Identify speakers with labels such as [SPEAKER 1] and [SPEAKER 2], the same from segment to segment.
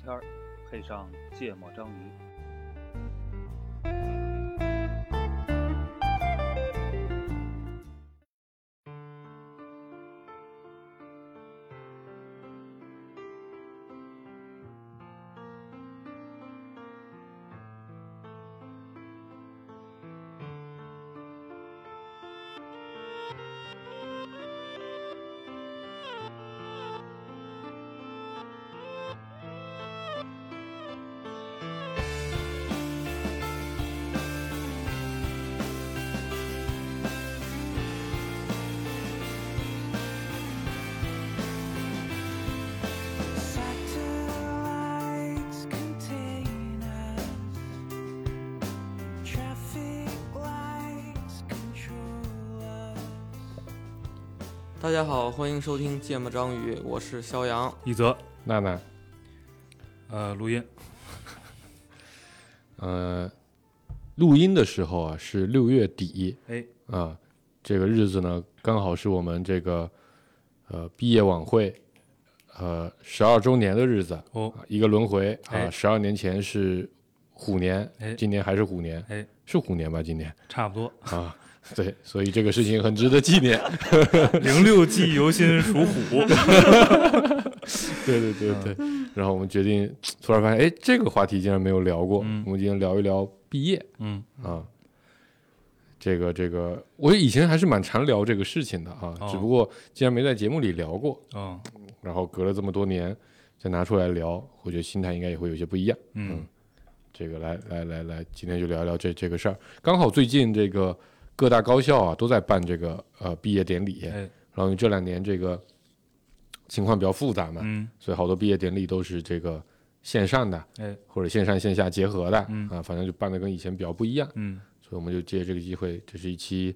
[SPEAKER 1] 片儿，配上芥末章鱼。
[SPEAKER 2] Satellites, containers, traffic lights, controllers.
[SPEAKER 3] 大家好，欢迎收听《芥末章鱼》，我是肖阳。
[SPEAKER 4] 一则
[SPEAKER 5] 娜娜，
[SPEAKER 4] 呃录音，
[SPEAKER 5] 呃，录音的时候啊是六月底
[SPEAKER 4] 哎，
[SPEAKER 5] 啊，这个日子呢刚好是我们这个呃毕业晚会呃十二周年的日子，
[SPEAKER 4] 哦
[SPEAKER 5] 啊一个轮回啊，
[SPEAKER 4] 哎
[SPEAKER 5] 十二年前是虎年
[SPEAKER 4] 哎，
[SPEAKER 5] 今年还是虎年，
[SPEAKER 4] 哎，
[SPEAKER 5] 是虎年吧？今年
[SPEAKER 4] 差 不多，
[SPEAKER 5] 啊，对，所以这个事情很值得纪念，
[SPEAKER 4] 零六记忆犹新，属虎，
[SPEAKER 5] 对对对对。
[SPEAKER 4] 嗯
[SPEAKER 5] 然后我们决定，突然发现，哎，这个话题竟然没有聊过，
[SPEAKER 4] 嗯
[SPEAKER 5] 我们今天聊一聊毕业，
[SPEAKER 4] 嗯
[SPEAKER 5] 啊，这个这个，我以前还是蛮常聊这个事情的啊，
[SPEAKER 4] 哦
[SPEAKER 5] 只不过竟然没在节目里聊过，
[SPEAKER 4] 嗯
[SPEAKER 5] 然后隔了这么多年再拿出来聊，我觉得心态应该也会有些不一样。
[SPEAKER 4] 嗯
[SPEAKER 5] 这个来来来来，今天就聊一聊这这个事儿。刚好最近这个各大高校啊都在办这个呃毕业典礼，
[SPEAKER 4] 哎
[SPEAKER 5] 然后这两年这个情况比较复杂嘛，
[SPEAKER 4] 嗯
[SPEAKER 5] 所以好多毕业典礼都是这个线上的
[SPEAKER 4] 哎
[SPEAKER 5] 或者线上线下结合的、
[SPEAKER 4] 嗯
[SPEAKER 5] 啊，反正就办的跟以前比较不一样。
[SPEAKER 4] 嗯
[SPEAKER 5] 所以我们就借这个机会，这是一期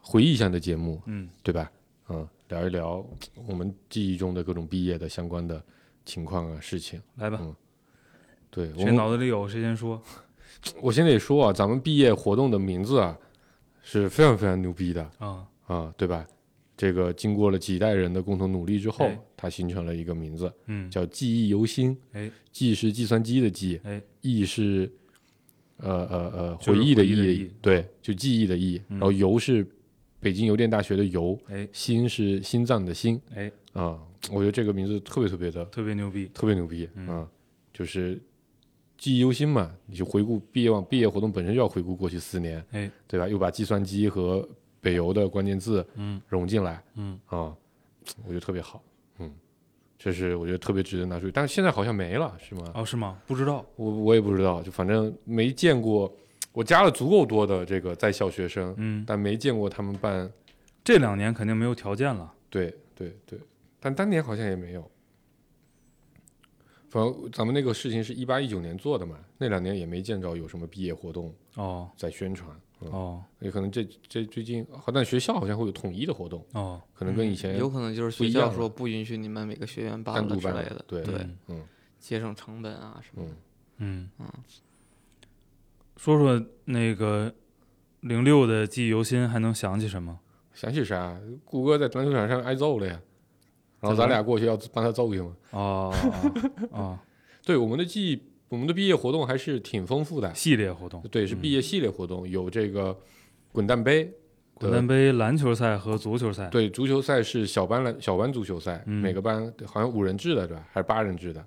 [SPEAKER 5] 回忆向的节目，
[SPEAKER 4] 嗯
[SPEAKER 5] 对吧？嗯，聊一聊我们记忆中的各种毕业的相关的情况啊、事情。
[SPEAKER 4] 来吧，
[SPEAKER 5] 嗯对我
[SPEAKER 4] 谁
[SPEAKER 5] 们，
[SPEAKER 4] 脑子里有谁先说，
[SPEAKER 5] 我先得说啊，咱们毕业活动的名字啊，是非常非常牛逼的
[SPEAKER 4] 啊
[SPEAKER 5] 啊，对吧？这个经过了几代人的共同努力之后
[SPEAKER 4] 哎，
[SPEAKER 5] 它形成了一个名字，
[SPEAKER 4] 嗯
[SPEAKER 5] 叫“记忆犹新
[SPEAKER 4] 哎”。
[SPEAKER 5] 记是计算机的记，
[SPEAKER 4] 哎
[SPEAKER 5] 忆是呃呃呃
[SPEAKER 4] 就是
[SPEAKER 5] 回忆的
[SPEAKER 4] 回忆的
[SPEAKER 5] 忆
[SPEAKER 4] 忆，
[SPEAKER 5] 对，就记忆的忆。
[SPEAKER 4] 嗯
[SPEAKER 5] 然后邮是北京邮电大学的邮，
[SPEAKER 4] 哎
[SPEAKER 5] 心是心脏的心
[SPEAKER 4] 哎，
[SPEAKER 5] 啊。我觉得这个名字特别特别的
[SPEAKER 4] 特别牛逼，
[SPEAKER 5] 特别牛逼
[SPEAKER 4] 嗯
[SPEAKER 5] 啊，就是记忆犹新嘛。你就回顾毕业往毕业活动本身就要回顾过去四年，
[SPEAKER 4] 哎
[SPEAKER 5] 对吧？又把计算机和北邮的关键字
[SPEAKER 4] 嗯
[SPEAKER 5] 融进来
[SPEAKER 4] 嗯
[SPEAKER 5] 啊，我觉得特别好，嗯。这是我觉得特别值得拿出去，但是现在好像没了，是吗？
[SPEAKER 4] 哦是吗？不知道，
[SPEAKER 5] 我我也不知道，就反正没见过。我加了足够多的这个在校学生，
[SPEAKER 4] 嗯，
[SPEAKER 5] 但没见过他们办。
[SPEAKER 4] 这两年肯定没有条件了，
[SPEAKER 5] 对对对，但当年好像也没有。反正咱们那个事情是一八一九年做的嘛，那两年也没见着有什么毕业活动
[SPEAKER 4] 哦
[SPEAKER 5] 在宣传，嗯，
[SPEAKER 4] 哦
[SPEAKER 5] 也可能这这最近，好但学校好像会有统一的活动，
[SPEAKER 4] 哦，
[SPEAKER 5] 可能跟以前
[SPEAKER 3] 嗯有可能就是
[SPEAKER 5] 不
[SPEAKER 3] 学
[SPEAKER 5] 一
[SPEAKER 3] 校
[SPEAKER 5] 样
[SPEAKER 3] 说
[SPEAKER 5] 了
[SPEAKER 3] 不允许你们每个学员办
[SPEAKER 5] 单
[SPEAKER 3] 了
[SPEAKER 5] 独
[SPEAKER 3] 之
[SPEAKER 5] 办
[SPEAKER 3] 类
[SPEAKER 5] 了
[SPEAKER 3] 的，
[SPEAKER 5] 对
[SPEAKER 3] 对，
[SPEAKER 4] 嗯
[SPEAKER 5] 嗯
[SPEAKER 3] 节省成本啊什么的
[SPEAKER 5] 嗯。
[SPEAKER 4] 嗯
[SPEAKER 3] 嗯，
[SPEAKER 4] 说说那个零六的记忆犹新，还能想起什么？
[SPEAKER 5] 想起啥？谷歌在篮球场上挨揍了呀，然后咱俩过去要帮他揍去嘛。
[SPEAKER 4] 哦 哦，
[SPEAKER 5] 对，我们的记忆，我们的毕业活动还是挺丰富的，
[SPEAKER 4] 哦系列活动，
[SPEAKER 5] 对，是
[SPEAKER 4] 嗯
[SPEAKER 5] 毕业系列活动，有这个滚蛋杯，
[SPEAKER 4] 滚蛋杯篮球赛和足球
[SPEAKER 3] 嗯
[SPEAKER 4] 赛。
[SPEAKER 5] 对，足球赛是小班篮小班足球赛，
[SPEAKER 4] 嗯
[SPEAKER 5] 每个班好像五人制的对吧？还是八人制的？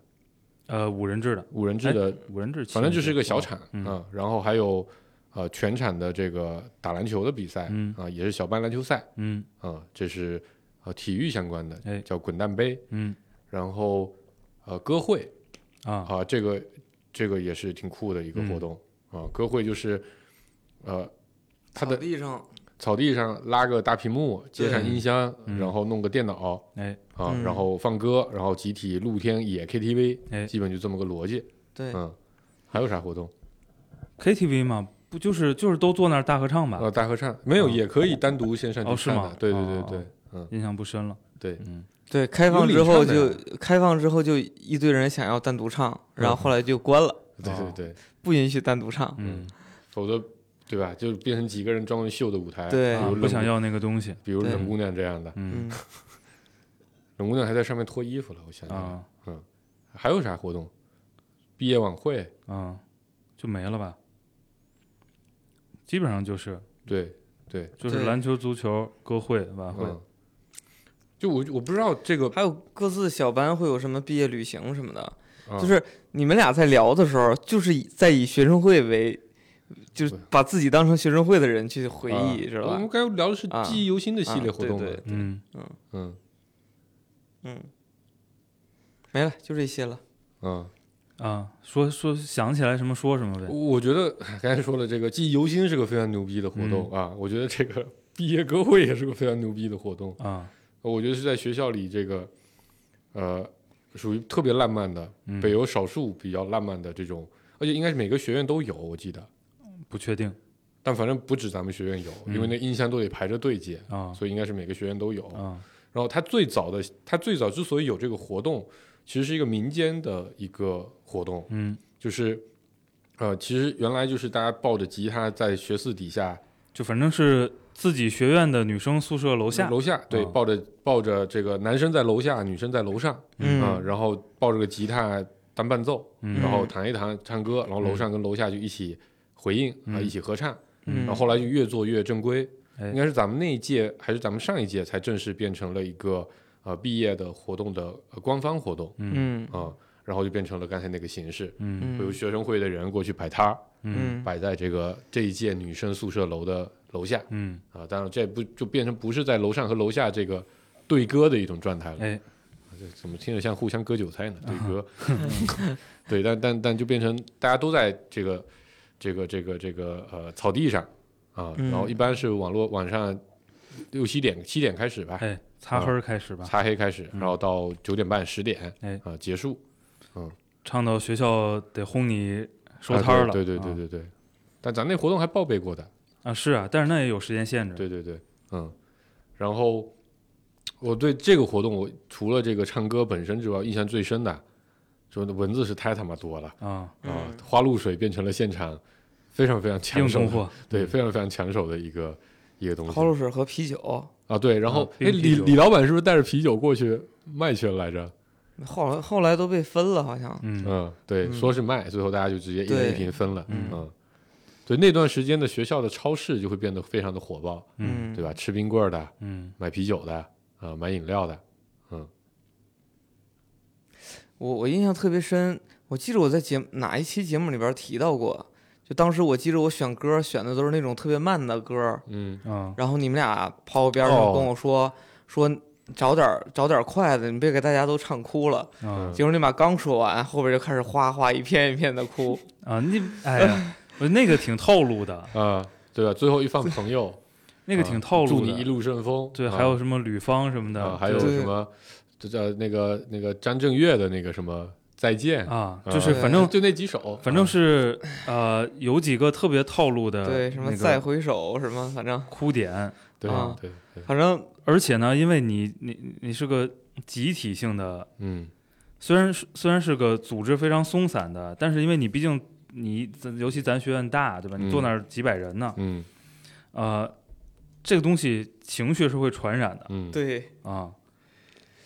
[SPEAKER 4] 呃，五人制的，哎
[SPEAKER 5] 五人
[SPEAKER 3] 哎
[SPEAKER 5] 制的，
[SPEAKER 4] 五人制，
[SPEAKER 5] 反正就是一个小
[SPEAKER 4] 场。
[SPEAKER 5] 场
[SPEAKER 4] 嗯
[SPEAKER 5] 啊、然后还有呃全场的这个打篮球的比赛啊、
[SPEAKER 4] 嗯
[SPEAKER 5] 也是小班篮球赛
[SPEAKER 4] 嗯
[SPEAKER 5] 啊、这是呃体育相关的，
[SPEAKER 4] 哎
[SPEAKER 5] 叫滚蛋杯，
[SPEAKER 4] 嗯
[SPEAKER 5] 然后呃歌会
[SPEAKER 4] 啊，嗯
[SPEAKER 5] 啊、这个这个也是挺酷的一个活动啊、歌会就是呃它的
[SPEAKER 3] 草地上，
[SPEAKER 5] 草地上拉个大屏幕，接上
[SPEAKER 3] 对
[SPEAKER 5] 音箱，
[SPEAKER 4] 嗯
[SPEAKER 5] 然后弄个电脑
[SPEAKER 4] 哎
[SPEAKER 5] 啊
[SPEAKER 3] 嗯，
[SPEAKER 5] 然后放歌，然后集体露天野
[SPEAKER 4] 哎
[SPEAKER 5] KTV，基本就这么个逻辑。
[SPEAKER 3] 对，
[SPEAKER 5] 嗯，还有啥活动？
[SPEAKER 4] ，KTV 嘛，不就是就是都坐那儿大合唱吧？
[SPEAKER 5] 呃，大合唱没有，
[SPEAKER 4] 啊
[SPEAKER 5] 也可以单独线上
[SPEAKER 4] 哦
[SPEAKER 5] 去
[SPEAKER 4] 是
[SPEAKER 5] 看
[SPEAKER 4] 吗
[SPEAKER 5] 的。对对对
[SPEAKER 4] 哦
[SPEAKER 5] 对，嗯
[SPEAKER 4] 印象不深了。
[SPEAKER 5] 对，
[SPEAKER 4] 嗯，
[SPEAKER 3] 对，开
[SPEAKER 5] 有
[SPEAKER 3] 放之
[SPEAKER 5] 领
[SPEAKER 3] 后
[SPEAKER 5] 唱的
[SPEAKER 3] 就
[SPEAKER 5] 呀嗯
[SPEAKER 3] 开放之后就一堆人想要单独唱，然后后来就关了，
[SPEAKER 5] 对
[SPEAKER 4] 哦
[SPEAKER 5] 对对，
[SPEAKER 3] 不允许单独唱。
[SPEAKER 4] 嗯，
[SPEAKER 5] 否则对吧，就变成几个人装一秀的舞台。
[SPEAKER 3] 对
[SPEAKER 5] 比
[SPEAKER 4] 啊
[SPEAKER 5] 嗯如冷
[SPEAKER 4] 不想，要那个东西。
[SPEAKER 5] 比如
[SPEAKER 3] 对
[SPEAKER 5] 冷姑娘这样的，
[SPEAKER 4] 嗯
[SPEAKER 3] 嗯，
[SPEAKER 5] 嗯冷姑娘还在上面脱衣服了，我想起来。
[SPEAKER 4] 啊，
[SPEAKER 5] 还有啥活动？毕业晚会，
[SPEAKER 4] 嗯，就没了吧？基本上就是
[SPEAKER 5] 对对，
[SPEAKER 4] 就是
[SPEAKER 3] 对
[SPEAKER 4] 篮球、足球、歌会、晚会，
[SPEAKER 5] 嗯，就我我不知道这个，
[SPEAKER 3] 还有各自小班会有什么毕业旅行什么的，
[SPEAKER 5] 啊
[SPEAKER 3] 就是你们俩在聊的时候，就是以在以学生会为，就是
[SPEAKER 5] 对
[SPEAKER 3] 把自己当成学生会的人去回
[SPEAKER 5] 啊
[SPEAKER 3] 忆，知道
[SPEAKER 5] 我
[SPEAKER 3] 吧
[SPEAKER 5] 们？刚才聊的是
[SPEAKER 3] 啊
[SPEAKER 5] 记忆犹新的系列活动
[SPEAKER 3] 啊
[SPEAKER 5] 嘛
[SPEAKER 3] 对对，
[SPEAKER 4] 嗯，
[SPEAKER 5] 嗯
[SPEAKER 3] 嗯，没了，就这些了。
[SPEAKER 5] 嗯，
[SPEAKER 4] 啊，说说想起来什么说什么呗。
[SPEAKER 5] 我觉得刚才说了，这个记忆犹新是个非常牛逼的活动
[SPEAKER 4] 嗯
[SPEAKER 5] 啊！我觉得这个毕业歌会也是个非常牛逼的活动。
[SPEAKER 4] 啊，
[SPEAKER 5] 呃我觉得是在学校里这个，呃，属于特别浪漫的，
[SPEAKER 4] 嗯
[SPEAKER 5] 北邮少数比较浪漫的这种，而且应该是每个学院都有，我记得，
[SPEAKER 4] 不确定
[SPEAKER 5] 但反正不止咱们学院有，
[SPEAKER 4] 嗯
[SPEAKER 5] 因为那音箱都得排着队接，
[SPEAKER 4] 啊
[SPEAKER 5] 所以应该是每个学院都有。
[SPEAKER 4] 啊
[SPEAKER 5] 然后它最早的，它最早之所以有这个活动，其实是一个民间的一个活动，
[SPEAKER 4] 嗯
[SPEAKER 5] 就是，呃，其实原来就是大家抱着吉他在学寺底下
[SPEAKER 4] 就反正是自己学院的女生宿舍楼下。
[SPEAKER 5] 楼下对，
[SPEAKER 4] 啊
[SPEAKER 5] 抱着抱着这个男生在楼下，女生在楼上，
[SPEAKER 3] 嗯
[SPEAKER 5] 啊，然后抱着个吉他单伴奏，
[SPEAKER 4] 嗯
[SPEAKER 5] 然后弹一弹唱歌，然后楼上跟楼下就一起回应啊、
[SPEAKER 4] 嗯
[SPEAKER 5] 一起合唱，
[SPEAKER 3] 嗯
[SPEAKER 5] 然后后来就越做越正规，
[SPEAKER 4] 哎
[SPEAKER 5] 应该是咱们那一届还是咱们上一届才正式变成了一个呃毕业的活动的、呃官方活动
[SPEAKER 3] 嗯
[SPEAKER 5] 啊、然后就变成了刚才那个形式，
[SPEAKER 4] 嗯
[SPEAKER 5] 会有
[SPEAKER 3] 嗯
[SPEAKER 5] 学生会的人过去摆摊儿，
[SPEAKER 4] 嗯
[SPEAKER 3] 嗯
[SPEAKER 5] 摆在这个这一届女生宿舍楼的楼下。
[SPEAKER 4] 嗯，
[SPEAKER 5] 啊，当然这不就变成不是在楼上和楼下这个对歌的一种状态了，
[SPEAKER 4] 哎，啊
[SPEAKER 5] 这怎么听着像互相割韭菜呢？对歌， 对，但但但就变成大家都在这个这个这个这个呃草地上啊，
[SPEAKER 3] 嗯
[SPEAKER 5] 然后一般是网络晚上六七点七点开始吧，
[SPEAKER 4] 哎，擦黑儿开始吧，
[SPEAKER 5] 擦黑开始，然后到九点半十点
[SPEAKER 4] 哎
[SPEAKER 5] 啊结束，
[SPEAKER 4] 唱到学校得轰你收
[SPEAKER 5] 啊
[SPEAKER 4] 摊儿
[SPEAKER 5] 对
[SPEAKER 4] 了。
[SPEAKER 5] 对对对对对，但咱那活动还报备过的，
[SPEAKER 4] 啊，是啊，但是那也有时间限制。
[SPEAKER 5] 对对对，嗯，然后我对这个活动，我除了这个唱歌本身之外，印象最深的，说的文字是太他妈多了
[SPEAKER 4] 啊，
[SPEAKER 5] 啊、
[SPEAKER 3] 嗯
[SPEAKER 5] 花露水变成了现场非常非常
[SPEAKER 4] 硬
[SPEAKER 5] 抢手
[SPEAKER 4] 通
[SPEAKER 5] 的，
[SPEAKER 4] 货。嗯
[SPEAKER 5] 对，非常非常抢手的一个一个东
[SPEAKER 3] 花
[SPEAKER 5] 西
[SPEAKER 3] 露水和啤酒，
[SPEAKER 5] 啊，对，然后
[SPEAKER 4] 啊冰
[SPEAKER 5] 哎、
[SPEAKER 4] 啤
[SPEAKER 5] 李
[SPEAKER 4] 酒
[SPEAKER 5] 李老板是不是带着啤酒过去卖去了来着？
[SPEAKER 3] 后来后来都被分了，好像。
[SPEAKER 4] 嗯
[SPEAKER 5] 嗯，对，
[SPEAKER 3] 嗯
[SPEAKER 5] 说是卖，最后大家就直接一人
[SPEAKER 3] 对
[SPEAKER 5] 一瓶分了，
[SPEAKER 4] 嗯
[SPEAKER 5] 嗯，对，那段时间的学校的超市就会变得非常的火爆，
[SPEAKER 4] 嗯
[SPEAKER 5] 对吧？吃冰棍儿的，
[SPEAKER 4] 嗯
[SPEAKER 5] 买啤酒的，啊、买饮料的，
[SPEAKER 3] 我我印象特别深，我记得我在节目哪一期节目里边提到过，就当时我记得我选歌选的都是那种特别慢的歌，
[SPEAKER 5] 嗯。
[SPEAKER 4] 啊
[SPEAKER 3] 然后你们俩跑我边上
[SPEAKER 5] 哦
[SPEAKER 3] 跟我说、说找点儿找点儿快的，你别给大家都唱哭了。
[SPEAKER 5] 嗯
[SPEAKER 4] 啊
[SPEAKER 3] 结果你把刚说完，后边就开始哗哗一片一片的哭。
[SPEAKER 4] 啊！你哎呀，我那个挺套路的，
[SPEAKER 5] 啊，对吧？最后一放朋友，
[SPEAKER 4] 那个
[SPEAKER 5] 啊
[SPEAKER 4] 挺套路
[SPEAKER 5] 祝
[SPEAKER 4] 的。
[SPEAKER 5] 你一路顺风。
[SPEAKER 4] 对，
[SPEAKER 5] 啊
[SPEAKER 4] 还有什么吕方什么
[SPEAKER 5] 啊，
[SPEAKER 4] 的，
[SPEAKER 5] 还有
[SPEAKER 4] 对
[SPEAKER 5] 什么，这叫那个那个张震岳的那个什么再见，
[SPEAKER 4] 啊，
[SPEAKER 5] 啊
[SPEAKER 4] 就是反正
[SPEAKER 5] 就那几首，
[SPEAKER 4] 反正
[SPEAKER 5] 啊
[SPEAKER 4] 是呃，有几个特别套路
[SPEAKER 5] 嗯
[SPEAKER 4] 的，
[SPEAKER 3] 对，什么再回首什么，反正
[SPEAKER 4] 哭点，
[SPEAKER 5] 对
[SPEAKER 3] 啊
[SPEAKER 5] 对对，
[SPEAKER 3] 反正
[SPEAKER 4] 而且呢，因为你你你是个集体性的，
[SPEAKER 5] 嗯，
[SPEAKER 4] 虽然是虽然是个组织非常松散的，但是因为你毕竟你咱尤其咱学院大，对吧？你坐
[SPEAKER 5] 嗯
[SPEAKER 4] 那儿几百人呢，
[SPEAKER 5] 嗯
[SPEAKER 4] 呃，这个东西情绪是会传染的
[SPEAKER 5] 嗯，
[SPEAKER 3] 对，
[SPEAKER 4] 啊，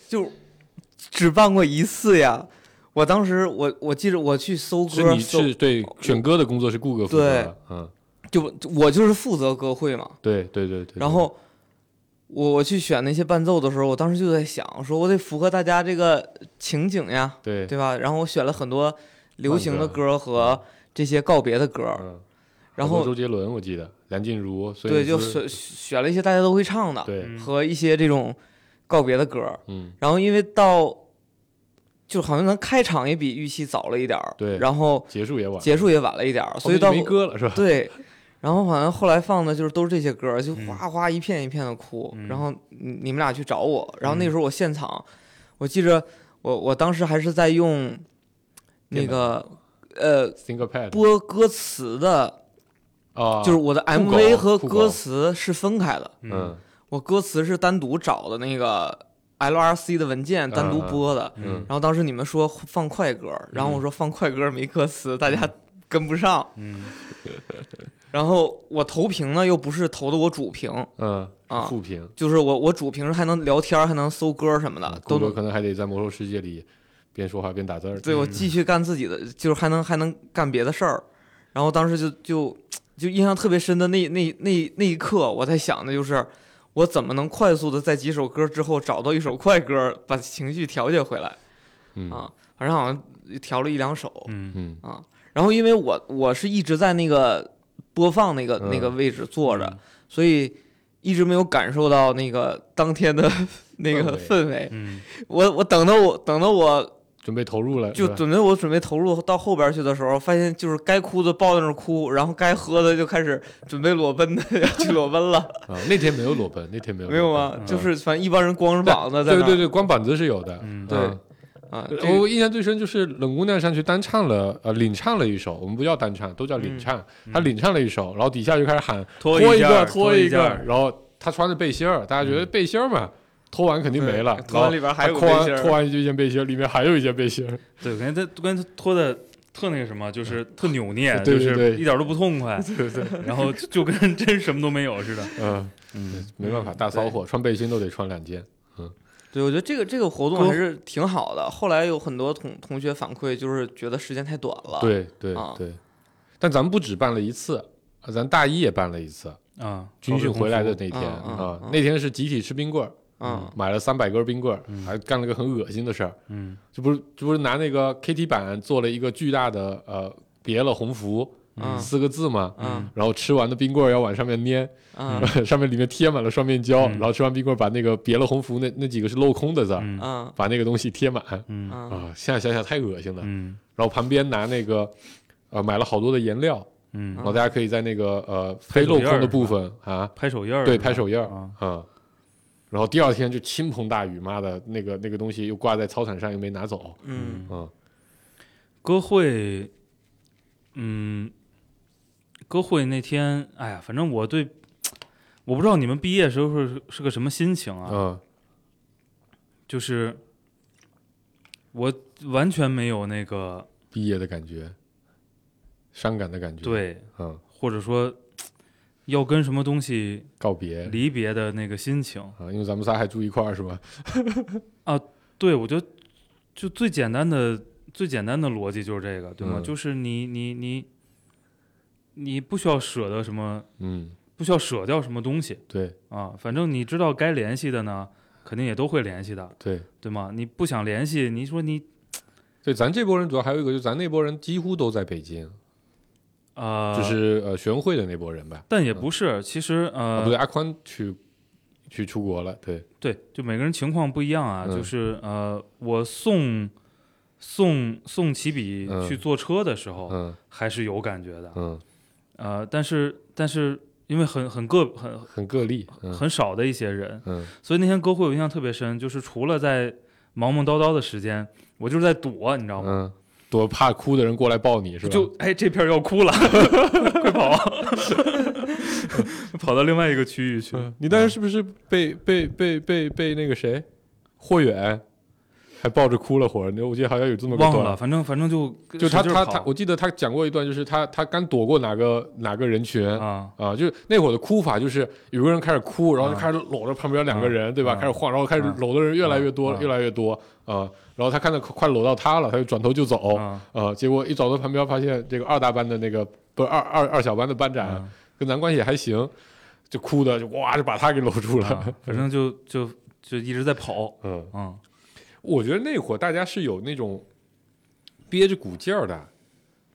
[SPEAKER 3] 就只办过一次呀。我当时我我记着我去搜
[SPEAKER 5] 是
[SPEAKER 3] 歌
[SPEAKER 5] 你
[SPEAKER 3] 搜，
[SPEAKER 5] 是对选歌的工作是顾哥负责
[SPEAKER 3] 对
[SPEAKER 5] 的，嗯，
[SPEAKER 3] 就就我就是负责歌会嘛。
[SPEAKER 5] 对对对对，
[SPEAKER 3] 然后我我去选那些伴奏的时候，我当时就在想，说我得符合大家这个情景呀，
[SPEAKER 5] 对，
[SPEAKER 3] 对吧？然后我选了很多流行的
[SPEAKER 5] 慢
[SPEAKER 3] 歌和这些告别的歌，
[SPEAKER 5] 嗯，
[SPEAKER 3] 然
[SPEAKER 5] 好多
[SPEAKER 3] 后
[SPEAKER 5] 周杰伦我记得，梁静茹，孙
[SPEAKER 3] 对，
[SPEAKER 5] 燕
[SPEAKER 3] 就选
[SPEAKER 5] 姿
[SPEAKER 3] 选了一些大家都会唱的，
[SPEAKER 5] 对，
[SPEAKER 4] 嗯
[SPEAKER 3] 和一些这种告别的歌。
[SPEAKER 5] 嗯
[SPEAKER 3] 然后因为到就好像咱开场也比预期早了一点儿，
[SPEAKER 5] 对
[SPEAKER 3] 然后
[SPEAKER 5] 结束也晚，
[SPEAKER 3] 结束也晚了一点儿，
[SPEAKER 5] 后
[SPEAKER 3] 所以
[SPEAKER 5] 面就
[SPEAKER 3] 到
[SPEAKER 5] 没歌 了是吧？
[SPEAKER 3] 对，然后好像后来放的就是都是这些歌儿，
[SPEAKER 5] 嗯
[SPEAKER 3] 就哗哗一片一片的哭。
[SPEAKER 4] 嗯
[SPEAKER 3] 然后你你们俩去找我，然后
[SPEAKER 5] 嗯
[SPEAKER 3] 那时候我现场，我记着我我当时还是在用那
[SPEAKER 5] 电
[SPEAKER 3] 个呃
[SPEAKER 5] Single Pad
[SPEAKER 3] 播歌词的，
[SPEAKER 5] 啊，
[SPEAKER 3] 就是我的
[SPEAKER 5] 酷狗
[SPEAKER 3] MV 和
[SPEAKER 5] 酷
[SPEAKER 3] 歌
[SPEAKER 5] 狗
[SPEAKER 3] 词是分开的，
[SPEAKER 5] 嗯
[SPEAKER 3] 我歌词是单独找的那个 LRC 的文件单独
[SPEAKER 5] 嗯嗯
[SPEAKER 3] 播的。
[SPEAKER 5] 嗯
[SPEAKER 3] 然后当时你们说放快歌儿，然后我说放快歌儿没歌词，大家跟不上。
[SPEAKER 4] 嗯
[SPEAKER 3] 然后我投屏呢，又不是投的我主屏，
[SPEAKER 5] 嗯
[SPEAKER 3] 啊
[SPEAKER 5] 复评。
[SPEAKER 3] 就是我我主屏还能聊天儿，还能搜歌儿什么的，
[SPEAKER 5] 顾
[SPEAKER 3] 啊都
[SPEAKER 5] 哥
[SPEAKER 3] 能
[SPEAKER 5] 可能还得在魔兽世界里边说话边打字儿。
[SPEAKER 3] 对我继续干自己的，就是还能还能干别的事儿。然后当时就就就印象特别深的那那那那一刻，我在想的就是我怎么能快速的在几首歌之后找到一首快歌，把情绪调节回来
[SPEAKER 5] 嗯
[SPEAKER 3] 啊？反正好像调了一两首，
[SPEAKER 4] 嗯
[SPEAKER 5] 嗯
[SPEAKER 3] 啊，然后因为我我是一直在那个播放那个、那个
[SPEAKER 5] 嗯
[SPEAKER 3] 位置坐着，所以一直没有感受到那个当天的 那个氛围。
[SPEAKER 4] 嗯
[SPEAKER 3] 我我等到我等到我
[SPEAKER 5] 准备投入了，
[SPEAKER 3] 就是
[SPEAKER 5] 嗯吧
[SPEAKER 3] 准备我准备投入到后边去的时候，发现就是该哭的抱在那儿哭，然后该喝的就开始准备裸奔的 要去裸奔了，
[SPEAKER 5] 啊，那天没有裸奔，那天没有
[SPEAKER 3] 没有
[SPEAKER 5] 裸
[SPEAKER 3] 吗？
[SPEAKER 5] 奔
[SPEAKER 4] 嗯
[SPEAKER 3] 就是反正一帮人光着膀子在
[SPEAKER 5] 对
[SPEAKER 3] 那儿
[SPEAKER 5] 对对，光膀子是有的。
[SPEAKER 4] 嗯
[SPEAKER 3] 对
[SPEAKER 5] 啊
[SPEAKER 3] 啊，
[SPEAKER 5] 呃
[SPEAKER 3] 这个
[SPEAKER 5] 我印象最深就是冷姑娘上去单唱了，呃，领唱了一首，我们不叫单唱，都叫
[SPEAKER 3] 嗯
[SPEAKER 5] 领唱。她领唱了一首，然后底下就开始喊
[SPEAKER 4] 脱
[SPEAKER 5] 一
[SPEAKER 4] 一件儿
[SPEAKER 5] 脱
[SPEAKER 4] 脱一件
[SPEAKER 5] 个
[SPEAKER 4] 儿，
[SPEAKER 5] 然后她穿着背心儿，大家觉得背心儿嘛，脱完肯定没了
[SPEAKER 3] 嗯
[SPEAKER 5] 哦啊
[SPEAKER 3] 对，
[SPEAKER 5] 然后
[SPEAKER 3] 脱里边还有个
[SPEAKER 5] 她脱
[SPEAKER 3] 背心
[SPEAKER 5] 完
[SPEAKER 3] 儿
[SPEAKER 5] 脱完一件背心儿，里面还有一件背心儿，
[SPEAKER 4] 对，感觉他关键他脱的特那个什么，就是特 扭捏，
[SPEAKER 5] 嗯对对
[SPEAKER 4] 就是
[SPEAKER 5] 对
[SPEAKER 4] 一点都不痛快，
[SPEAKER 5] 对对，
[SPEAKER 4] 然后就就跟真什么都没有似 的。
[SPEAKER 5] 嗯，
[SPEAKER 4] 嗯，
[SPEAKER 5] 没办法，大骚货，穿背心都得穿两件，
[SPEAKER 3] 对，我觉得这个这个活动
[SPEAKER 4] 歌
[SPEAKER 3] 还是挺好的。后来有很多同同学反馈，就是觉得时间太短了。
[SPEAKER 5] 对对
[SPEAKER 3] 啊
[SPEAKER 5] 对。但咱们不止办了一次，啊咱大一也办了一次，
[SPEAKER 4] 啊，
[SPEAKER 5] 军训回来的
[SPEAKER 4] 对
[SPEAKER 5] 那天
[SPEAKER 3] 嗯嗯
[SPEAKER 5] 啊
[SPEAKER 3] 嗯，
[SPEAKER 5] 那天是集体吃冰棍儿。
[SPEAKER 3] 嗯，
[SPEAKER 5] 买了三百根冰棍儿，还干了个很恶心的事儿，
[SPEAKER 4] 嗯，
[SPEAKER 5] 这不是这不是拿那个 KT 板做了一个巨大的呃别了红福、
[SPEAKER 3] 嗯
[SPEAKER 5] 四个字嘛，
[SPEAKER 3] 嗯
[SPEAKER 5] 然后吃完的冰棍儿要往上面粘，
[SPEAKER 3] 嗯
[SPEAKER 5] 上面里面贴满了双面胶，
[SPEAKER 4] 嗯
[SPEAKER 5] 然后吃完冰棍儿把那个别了红福那那几个是镂空的字儿，
[SPEAKER 4] 嗯
[SPEAKER 3] 嗯
[SPEAKER 5] 把那个东西贴满
[SPEAKER 4] 嗯
[SPEAKER 3] 嗯
[SPEAKER 5] 啊，现在想想太恶心了。
[SPEAKER 4] 嗯
[SPEAKER 5] 然后旁边拿那个呃买了好多的颜料，然
[SPEAKER 4] 嗯，
[SPEAKER 5] 后大家可以在那个呃非镂
[SPEAKER 4] 手印儿
[SPEAKER 5] 空的
[SPEAKER 4] 是
[SPEAKER 5] 部
[SPEAKER 4] 吧
[SPEAKER 5] 分啊，
[SPEAKER 4] 拍手印儿
[SPEAKER 5] 对，
[SPEAKER 4] 是吧
[SPEAKER 5] 拍手印儿
[SPEAKER 4] 啊
[SPEAKER 5] 嗯然后第二天就倾盆大雨，妈的那个那个东西又挂在操场上，又没拿走。
[SPEAKER 3] 嗯
[SPEAKER 5] 嗯
[SPEAKER 4] 歌会，嗯，歌会那天，哎呀，反正我对，我不知道你们毕业时候是是个什么心情啊，
[SPEAKER 5] 嗯
[SPEAKER 4] 就是我完全没有那个
[SPEAKER 5] 毕业的感觉，伤感的感觉，，
[SPEAKER 4] 对，
[SPEAKER 5] 嗯，
[SPEAKER 4] 或者说要跟什么东西
[SPEAKER 5] 告别
[SPEAKER 4] 离别的那个心情。
[SPEAKER 5] 啊，因为咱们仨还住一块儿是吧？
[SPEAKER 4] 对，我觉得就最简单的最简单的逻辑就是这个，对吗？
[SPEAKER 5] 嗯
[SPEAKER 4] 就是你你你你不需要舍得什么，
[SPEAKER 5] 嗯，
[SPEAKER 4] 不需要舍掉什么东西。
[SPEAKER 5] 对
[SPEAKER 4] 啊，反正你知道该联系的呢，肯定也都会联系的，
[SPEAKER 5] 对
[SPEAKER 4] 对吗？你不想联系，你说你
[SPEAKER 5] 对，咱这波人主要还有一个，就是咱那波人几乎都在北京，
[SPEAKER 4] 呃，
[SPEAKER 5] 就是呃学生会的那波人吧？
[SPEAKER 4] 但也不是，其实呃，
[SPEAKER 5] 啊，不对，阿宽去去出国了，对，
[SPEAKER 4] 对，就每个人情况不一样啊，
[SPEAKER 5] 嗯
[SPEAKER 4] 就是呃，我送送送起笔
[SPEAKER 5] 嗯
[SPEAKER 4] 去坐车的时候，
[SPEAKER 5] 嗯
[SPEAKER 4] 还是有感觉的，
[SPEAKER 5] 嗯，
[SPEAKER 4] 呃，但是但是因为很很个很
[SPEAKER 5] 很个例，嗯
[SPEAKER 4] 很少的一些人，
[SPEAKER 5] 嗯
[SPEAKER 4] 所以那天歌会我印象特别深，就是除了在忙忙叨叨的时间，我就是在躲，你知道吗？
[SPEAKER 5] 嗯，多怕哭的人过来抱你是吧？
[SPEAKER 4] 就哎，这片儿要哭了， 快跑啊！ 跑到另外一个区域去。
[SPEAKER 5] 嗯，你当时是不是被被被被被那个谁，霍远，还抱着哭了会儿？那我记得好像有这么个
[SPEAKER 4] 忘
[SPEAKER 5] 段
[SPEAKER 4] 了，，反正反正就
[SPEAKER 5] 就他
[SPEAKER 4] 使劲儿
[SPEAKER 5] 他
[SPEAKER 4] 跑
[SPEAKER 5] 他，我记得他讲过一段，就是他他刚躲过哪个哪个人群。
[SPEAKER 4] 啊，
[SPEAKER 5] 啊，就是那会儿的哭法，就是有个人开始哭，然后就开始搂着旁边两个人，对吧？
[SPEAKER 4] 啊
[SPEAKER 5] 开始晃，然后开始
[SPEAKER 4] 啊
[SPEAKER 5] 搂的人越来越多，
[SPEAKER 4] 啊
[SPEAKER 5] 越来越多啊。然后他看到快搂到他了，他就转头就走啊
[SPEAKER 4] 啊
[SPEAKER 5] 结果一走到旁边，发现这个二大班的那个不是二二二小班的班长、
[SPEAKER 4] 啊
[SPEAKER 5] 跟咱关系还行，就哭的就哇就把他给搂住了。
[SPEAKER 4] 啊反正就就就一直在跑，
[SPEAKER 5] 嗯，
[SPEAKER 4] 嗯
[SPEAKER 5] 我觉得那会儿大家是有那种憋着股劲儿的，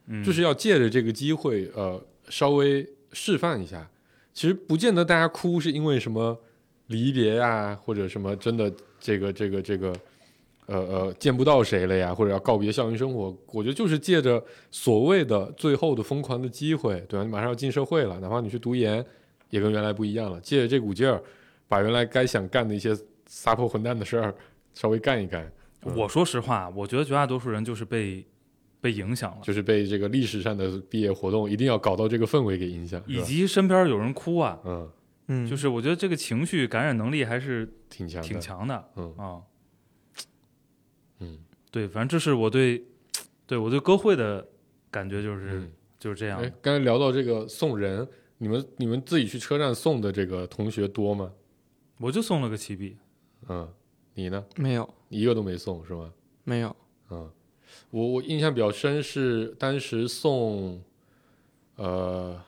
[SPEAKER 4] 嗯，
[SPEAKER 5] 就是要借着这个机会，呃，稍微示范一下。其实不见得大家哭是因为什么离别呀、或者什么真的这个这个这个，呃呃，见不到谁了呀，或者要告别校园生活。我觉得就是借着所谓的最后的疯狂的机会，对吧？你马上要进社会了，哪怕你去读研，也跟原来不一样了。借着这股劲儿，把原来该想干的一些撒泼混蛋的事儿稍微干一干，
[SPEAKER 4] 我说实话，我觉得绝大多数人就是被被影响了，
[SPEAKER 5] 就是被这个历史上的毕业活动一定要搞到这个氛围给影响，是
[SPEAKER 4] 以
[SPEAKER 5] 吧
[SPEAKER 4] 及身边有人哭啊，
[SPEAKER 5] 嗯。
[SPEAKER 3] 嗯，
[SPEAKER 4] 就是我觉得这个情绪感染能力还是
[SPEAKER 5] 挺强的，
[SPEAKER 4] 挺强的
[SPEAKER 5] 嗯
[SPEAKER 4] 啊。
[SPEAKER 5] 嗯
[SPEAKER 4] 对，反正这是我对对我对歌会的感觉，就是
[SPEAKER 5] 嗯。
[SPEAKER 4] 就是这样
[SPEAKER 5] 哎。，刚才聊到这个送人，你们你们自己去车站送的这个同学多吗？
[SPEAKER 4] 我就送了个起笔，
[SPEAKER 5] 嗯，你呢？
[SPEAKER 3] 没有
[SPEAKER 5] 你一个都没送是吗？
[SPEAKER 3] 没有，
[SPEAKER 5] 嗯，我我印象比较深是当时送，呃，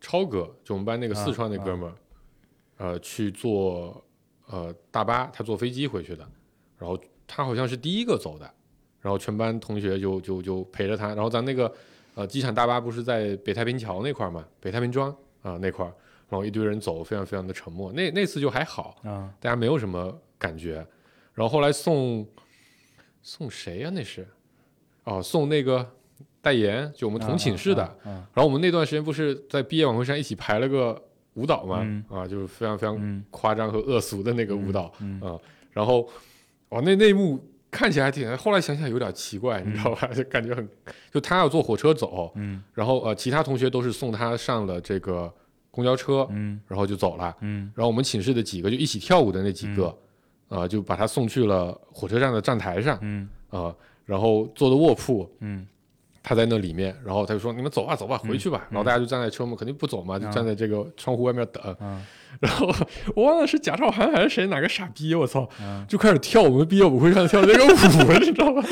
[SPEAKER 5] 超哥，就我们班那个
[SPEAKER 4] 啊
[SPEAKER 5] 四川那哥们儿，呃，去坐呃大巴，他坐飞机回去的，然后他好像是第一个走的，然后全班同学就就就陪着他，然后咱那个呃机场大巴不是在北太平桥那块儿嘛，北太平庄啊、那块儿，然后一堆人走，非常非常的沉默，那那次就还好，
[SPEAKER 4] 啊，
[SPEAKER 5] 大家没有什么感觉。然后后来送送谁啊呀、那是哦，送那个代言，就我们同寝室的。
[SPEAKER 4] 啊，啊
[SPEAKER 5] 然后我们那段时间不是在毕业晚会上一起排了个舞蹈嘛，
[SPEAKER 4] 嗯
[SPEAKER 5] 啊，就是非常非常
[SPEAKER 4] 嗯
[SPEAKER 5] 夸张和恶俗的那个舞蹈。
[SPEAKER 4] 嗯
[SPEAKER 5] 啊，然后哦，那那一幕看起来还挺，后来想想有点奇怪，你知道 吧？就感觉很，就他要坐火车走，
[SPEAKER 4] 嗯
[SPEAKER 5] 然后呃，其他同学都是送他上了这个公交车，
[SPEAKER 4] 嗯
[SPEAKER 5] 然后就走了。
[SPEAKER 4] 嗯
[SPEAKER 5] 然后我们寝室的几个就一起跳舞的那几个，啊、就把他送去了火车站的站台上啊、
[SPEAKER 4] 嗯
[SPEAKER 5] 然后坐的卧铺，
[SPEAKER 4] 嗯
[SPEAKER 5] 他在那里面，然后他就说：“你们走吧，走吧，回去吧。然后大家就站在车门，肯定不走
[SPEAKER 4] 嗯
[SPEAKER 5] 嘛，就站在这个窗户外面等。
[SPEAKER 4] 啊
[SPEAKER 5] 然后我忘了是贾兆涵还是谁，哪个傻逼，我操，
[SPEAKER 4] 嗯
[SPEAKER 5] 就开始跳我们毕业舞会上跳那个舞， 你 知道吗？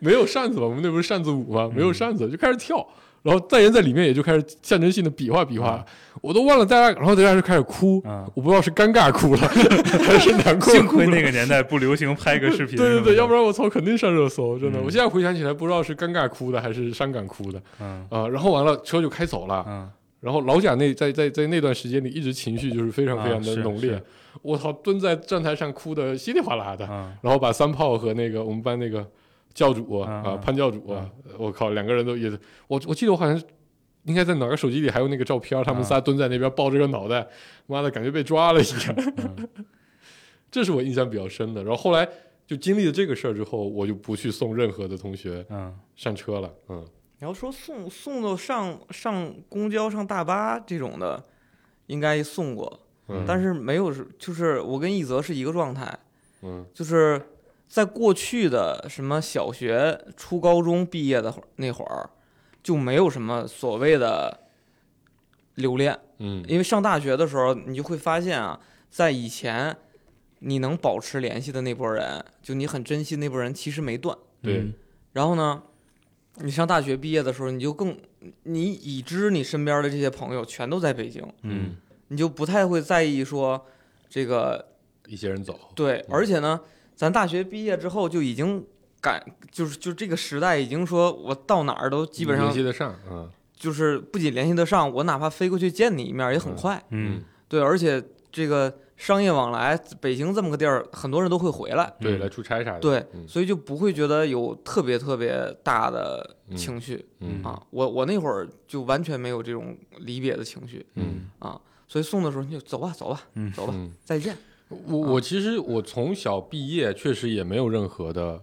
[SPEAKER 5] 没有扇子嘛，我们那不是扇子舞嘛，
[SPEAKER 4] 嗯
[SPEAKER 5] 没有扇子就开始跳，然后代言在里面也就开始象征性的比划比划，
[SPEAKER 4] 嗯
[SPEAKER 5] 我都忘了大家，然后大家就开始哭，
[SPEAKER 4] 啊。
[SPEAKER 5] 我不知道是尴尬哭了 还是难过哭了，
[SPEAKER 4] 幸亏那个年代不流行拍个视频什么
[SPEAKER 5] 对
[SPEAKER 4] 的，
[SPEAKER 5] 对对，要不然我操，肯定上热搜，真的。
[SPEAKER 4] 嗯
[SPEAKER 5] 我现在回想起来，不知道是尴尬哭的还是伤感哭的
[SPEAKER 4] 嗯
[SPEAKER 5] 啊、然后完了，车就开走了。
[SPEAKER 4] 嗯
[SPEAKER 5] 然后老贾那在在在那段时间里，一直情绪就是非常非常
[SPEAKER 4] 啊
[SPEAKER 5] 的
[SPEAKER 4] 是
[SPEAKER 5] 浓烈。
[SPEAKER 4] 是
[SPEAKER 5] 我操，蹲在站台上哭的稀里哗啦的。
[SPEAKER 4] 嗯
[SPEAKER 5] 然后把三炮和那个我们班那个教主啊、
[SPEAKER 4] 啊啊
[SPEAKER 5] 潘教主啊，我靠，两个人都也是，我我记得我好像是应该在哪个手机里还有那个照片，他们
[SPEAKER 4] 啊
[SPEAKER 5] 仨蹲在那边抱着个脑袋，妈的感觉被抓了一样， 这是我印象比较深的。然后后来就经历了这个事儿之后，我就不去送任何的同学
[SPEAKER 4] 嗯
[SPEAKER 5] 上车了，嗯，
[SPEAKER 3] 你要说送送到上上公交、上大巴这种的，应该送过，
[SPEAKER 5] 嗯
[SPEAKER 3] 但是没有是，就是我跟一泽是一个状态，
[SPEAKER 5] 嗯
[SPEAKER 3] 就是在过去的什么小学、初高中毕业的会儿那会儿，就没有什么所谓的留恋，
[SPEAKER 5] 嗯
[SPEAKER 3] 因为上大学的时候，你就会发现啊，在以前你能保持联系的那波人，就你很珍惜那波人，其实没断。
[SPEAKER 5] 对
[SPEAKER 4] 嗯
[SPEAKER 3] 然后呢，你上大学毕业的时候，你就更你已知你身边的这些朋友全都在北京，
[SPEAKER 5] 嗯，
[SPEAKER 3] 你就不太会在意说这个
[SPEAKER 5] 一些人走，
[SPEAKER 3] 对，而且呢，咱大学毕业之后就已经感就是就这个时代已经说我到哪儿都基本
[SPEAKER 5] 联
[SPEAKER 3] 上
[SPEAKER 5] 系得上，嗯
[SPEAKER 3] 就是不仅联系得上，我哪怕飞过去见你一面也很
[SPEAKER 5] 嗯
[SPEAKER 3] 快，
[SPEAKER 4] 嗯，
[SPEAKER 3] 对，而且这个商业往来，北京这么个地儿，很多人都会回来，
[SPEAKER 5] 对，
[SPEAKER 4] 嗯
[SPEAKER 5] 来出差啥的，
[SPEAKER 3] 对，
[SPEAKER 5] 嗯
[SPEAKER 3] 所以就不会觉得有特别特别大的情绪、
[SPEAKER 5] 嗯
[SPEAKER 3] 啊。我我那会儿就完全没有这种离别的情绪
[SPEAKER 5] 嗯
[SPEAKER 3] 啊，所以送的时候你就走吧，走吧，
[SPEAKER 4] 嗯
[SPEAKER 3] 走吧，
[SPEAKER 5] 嗯。
[SPEAKER 3] 再见。
[SPEAKER 5] 我我其实我从小毕业，确实也没有任何的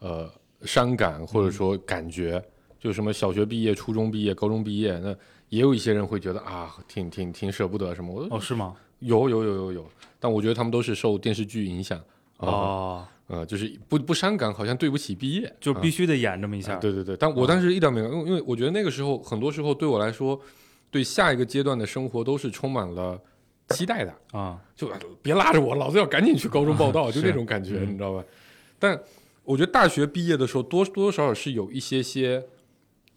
[SPEAKER 5] 呃伤感或者说感觉，就什么小学毕业、初中毕业、高中毕业，那也有一些人会觉得啊，挺挺挺舍不得什么，我都
[SPEAKER 4] 哦是吗？
[SPEAKER 5] 有有有有有，但我觉得他们都是受电视剧影响啊，
[SPEAKER 4] 哦，
[SPEAKER 5] 呃，就是不不伤感，好像对不起毕业，
[SPEAKER 4] 就
[SPEAKER 5] 啊
[SPEAKER 4] 必须得演这么一
[SPEAKER 5] 啊
[SPEAKER 4] 下，
[SPEAKER 5] 对对对，但我当时一点没有，因为因为我觉得那个时候很多时候对我来说，对下一个阶段的生活都是充满了期待的。
[SPEAKER 4] 啊，
[SPEAKER 5] 就别拉着我，老子要赶紧去高中报 道，就那种感觉，
[SPEAKER 4] 嗯
[SPEAKER 5] 你知道吧？但我觉得大学毕业的时候，多多少少是有一些些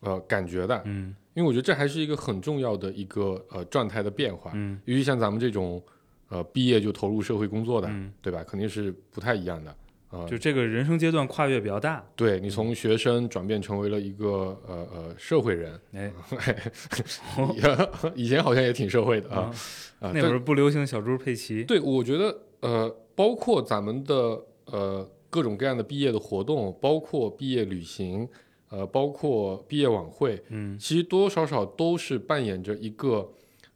[SPEAKER 5] 呃感觉的，
[SPEAKER 4] 嗯
[SPEAKER 5] 因为我觉得这还是一个很重要的一个呃状态的变化。
[SPEAKER 4] 嗯
[SPEAKER 5] 尤其像咱们这种呃毕业就投入社会工作的，
[SPEAKER 4] 嗯，
[SPEAKER 5] 对吧？肯定是不太一样的。啊、
[SPEAKER 4] 就这个人生阶段跨越比较大，
[SPEAKER 5] 对你从学生转变成为了一个呃呃社会人，
[SPEAKER 4] 哎，
[SPEAKER 5] 以前好像也 挺社会的啊
[SPEAKER 4] 啊
[SPEAKER 5] 啊，
[SPEAKER 4] 那会
[SPEAKER 5] 但
[SPEAKER 4] 儿不流行小猪佩奇，
[SPEAKER 5] 对，我觉得呃，包括咱们的呃各种各样的毕业的活动，包括毕业旅行，呃，包括毕业晚会，
[SPEAKER 4] 嗯
[SPEAKER 5] 其实多多少少都是扮演着一个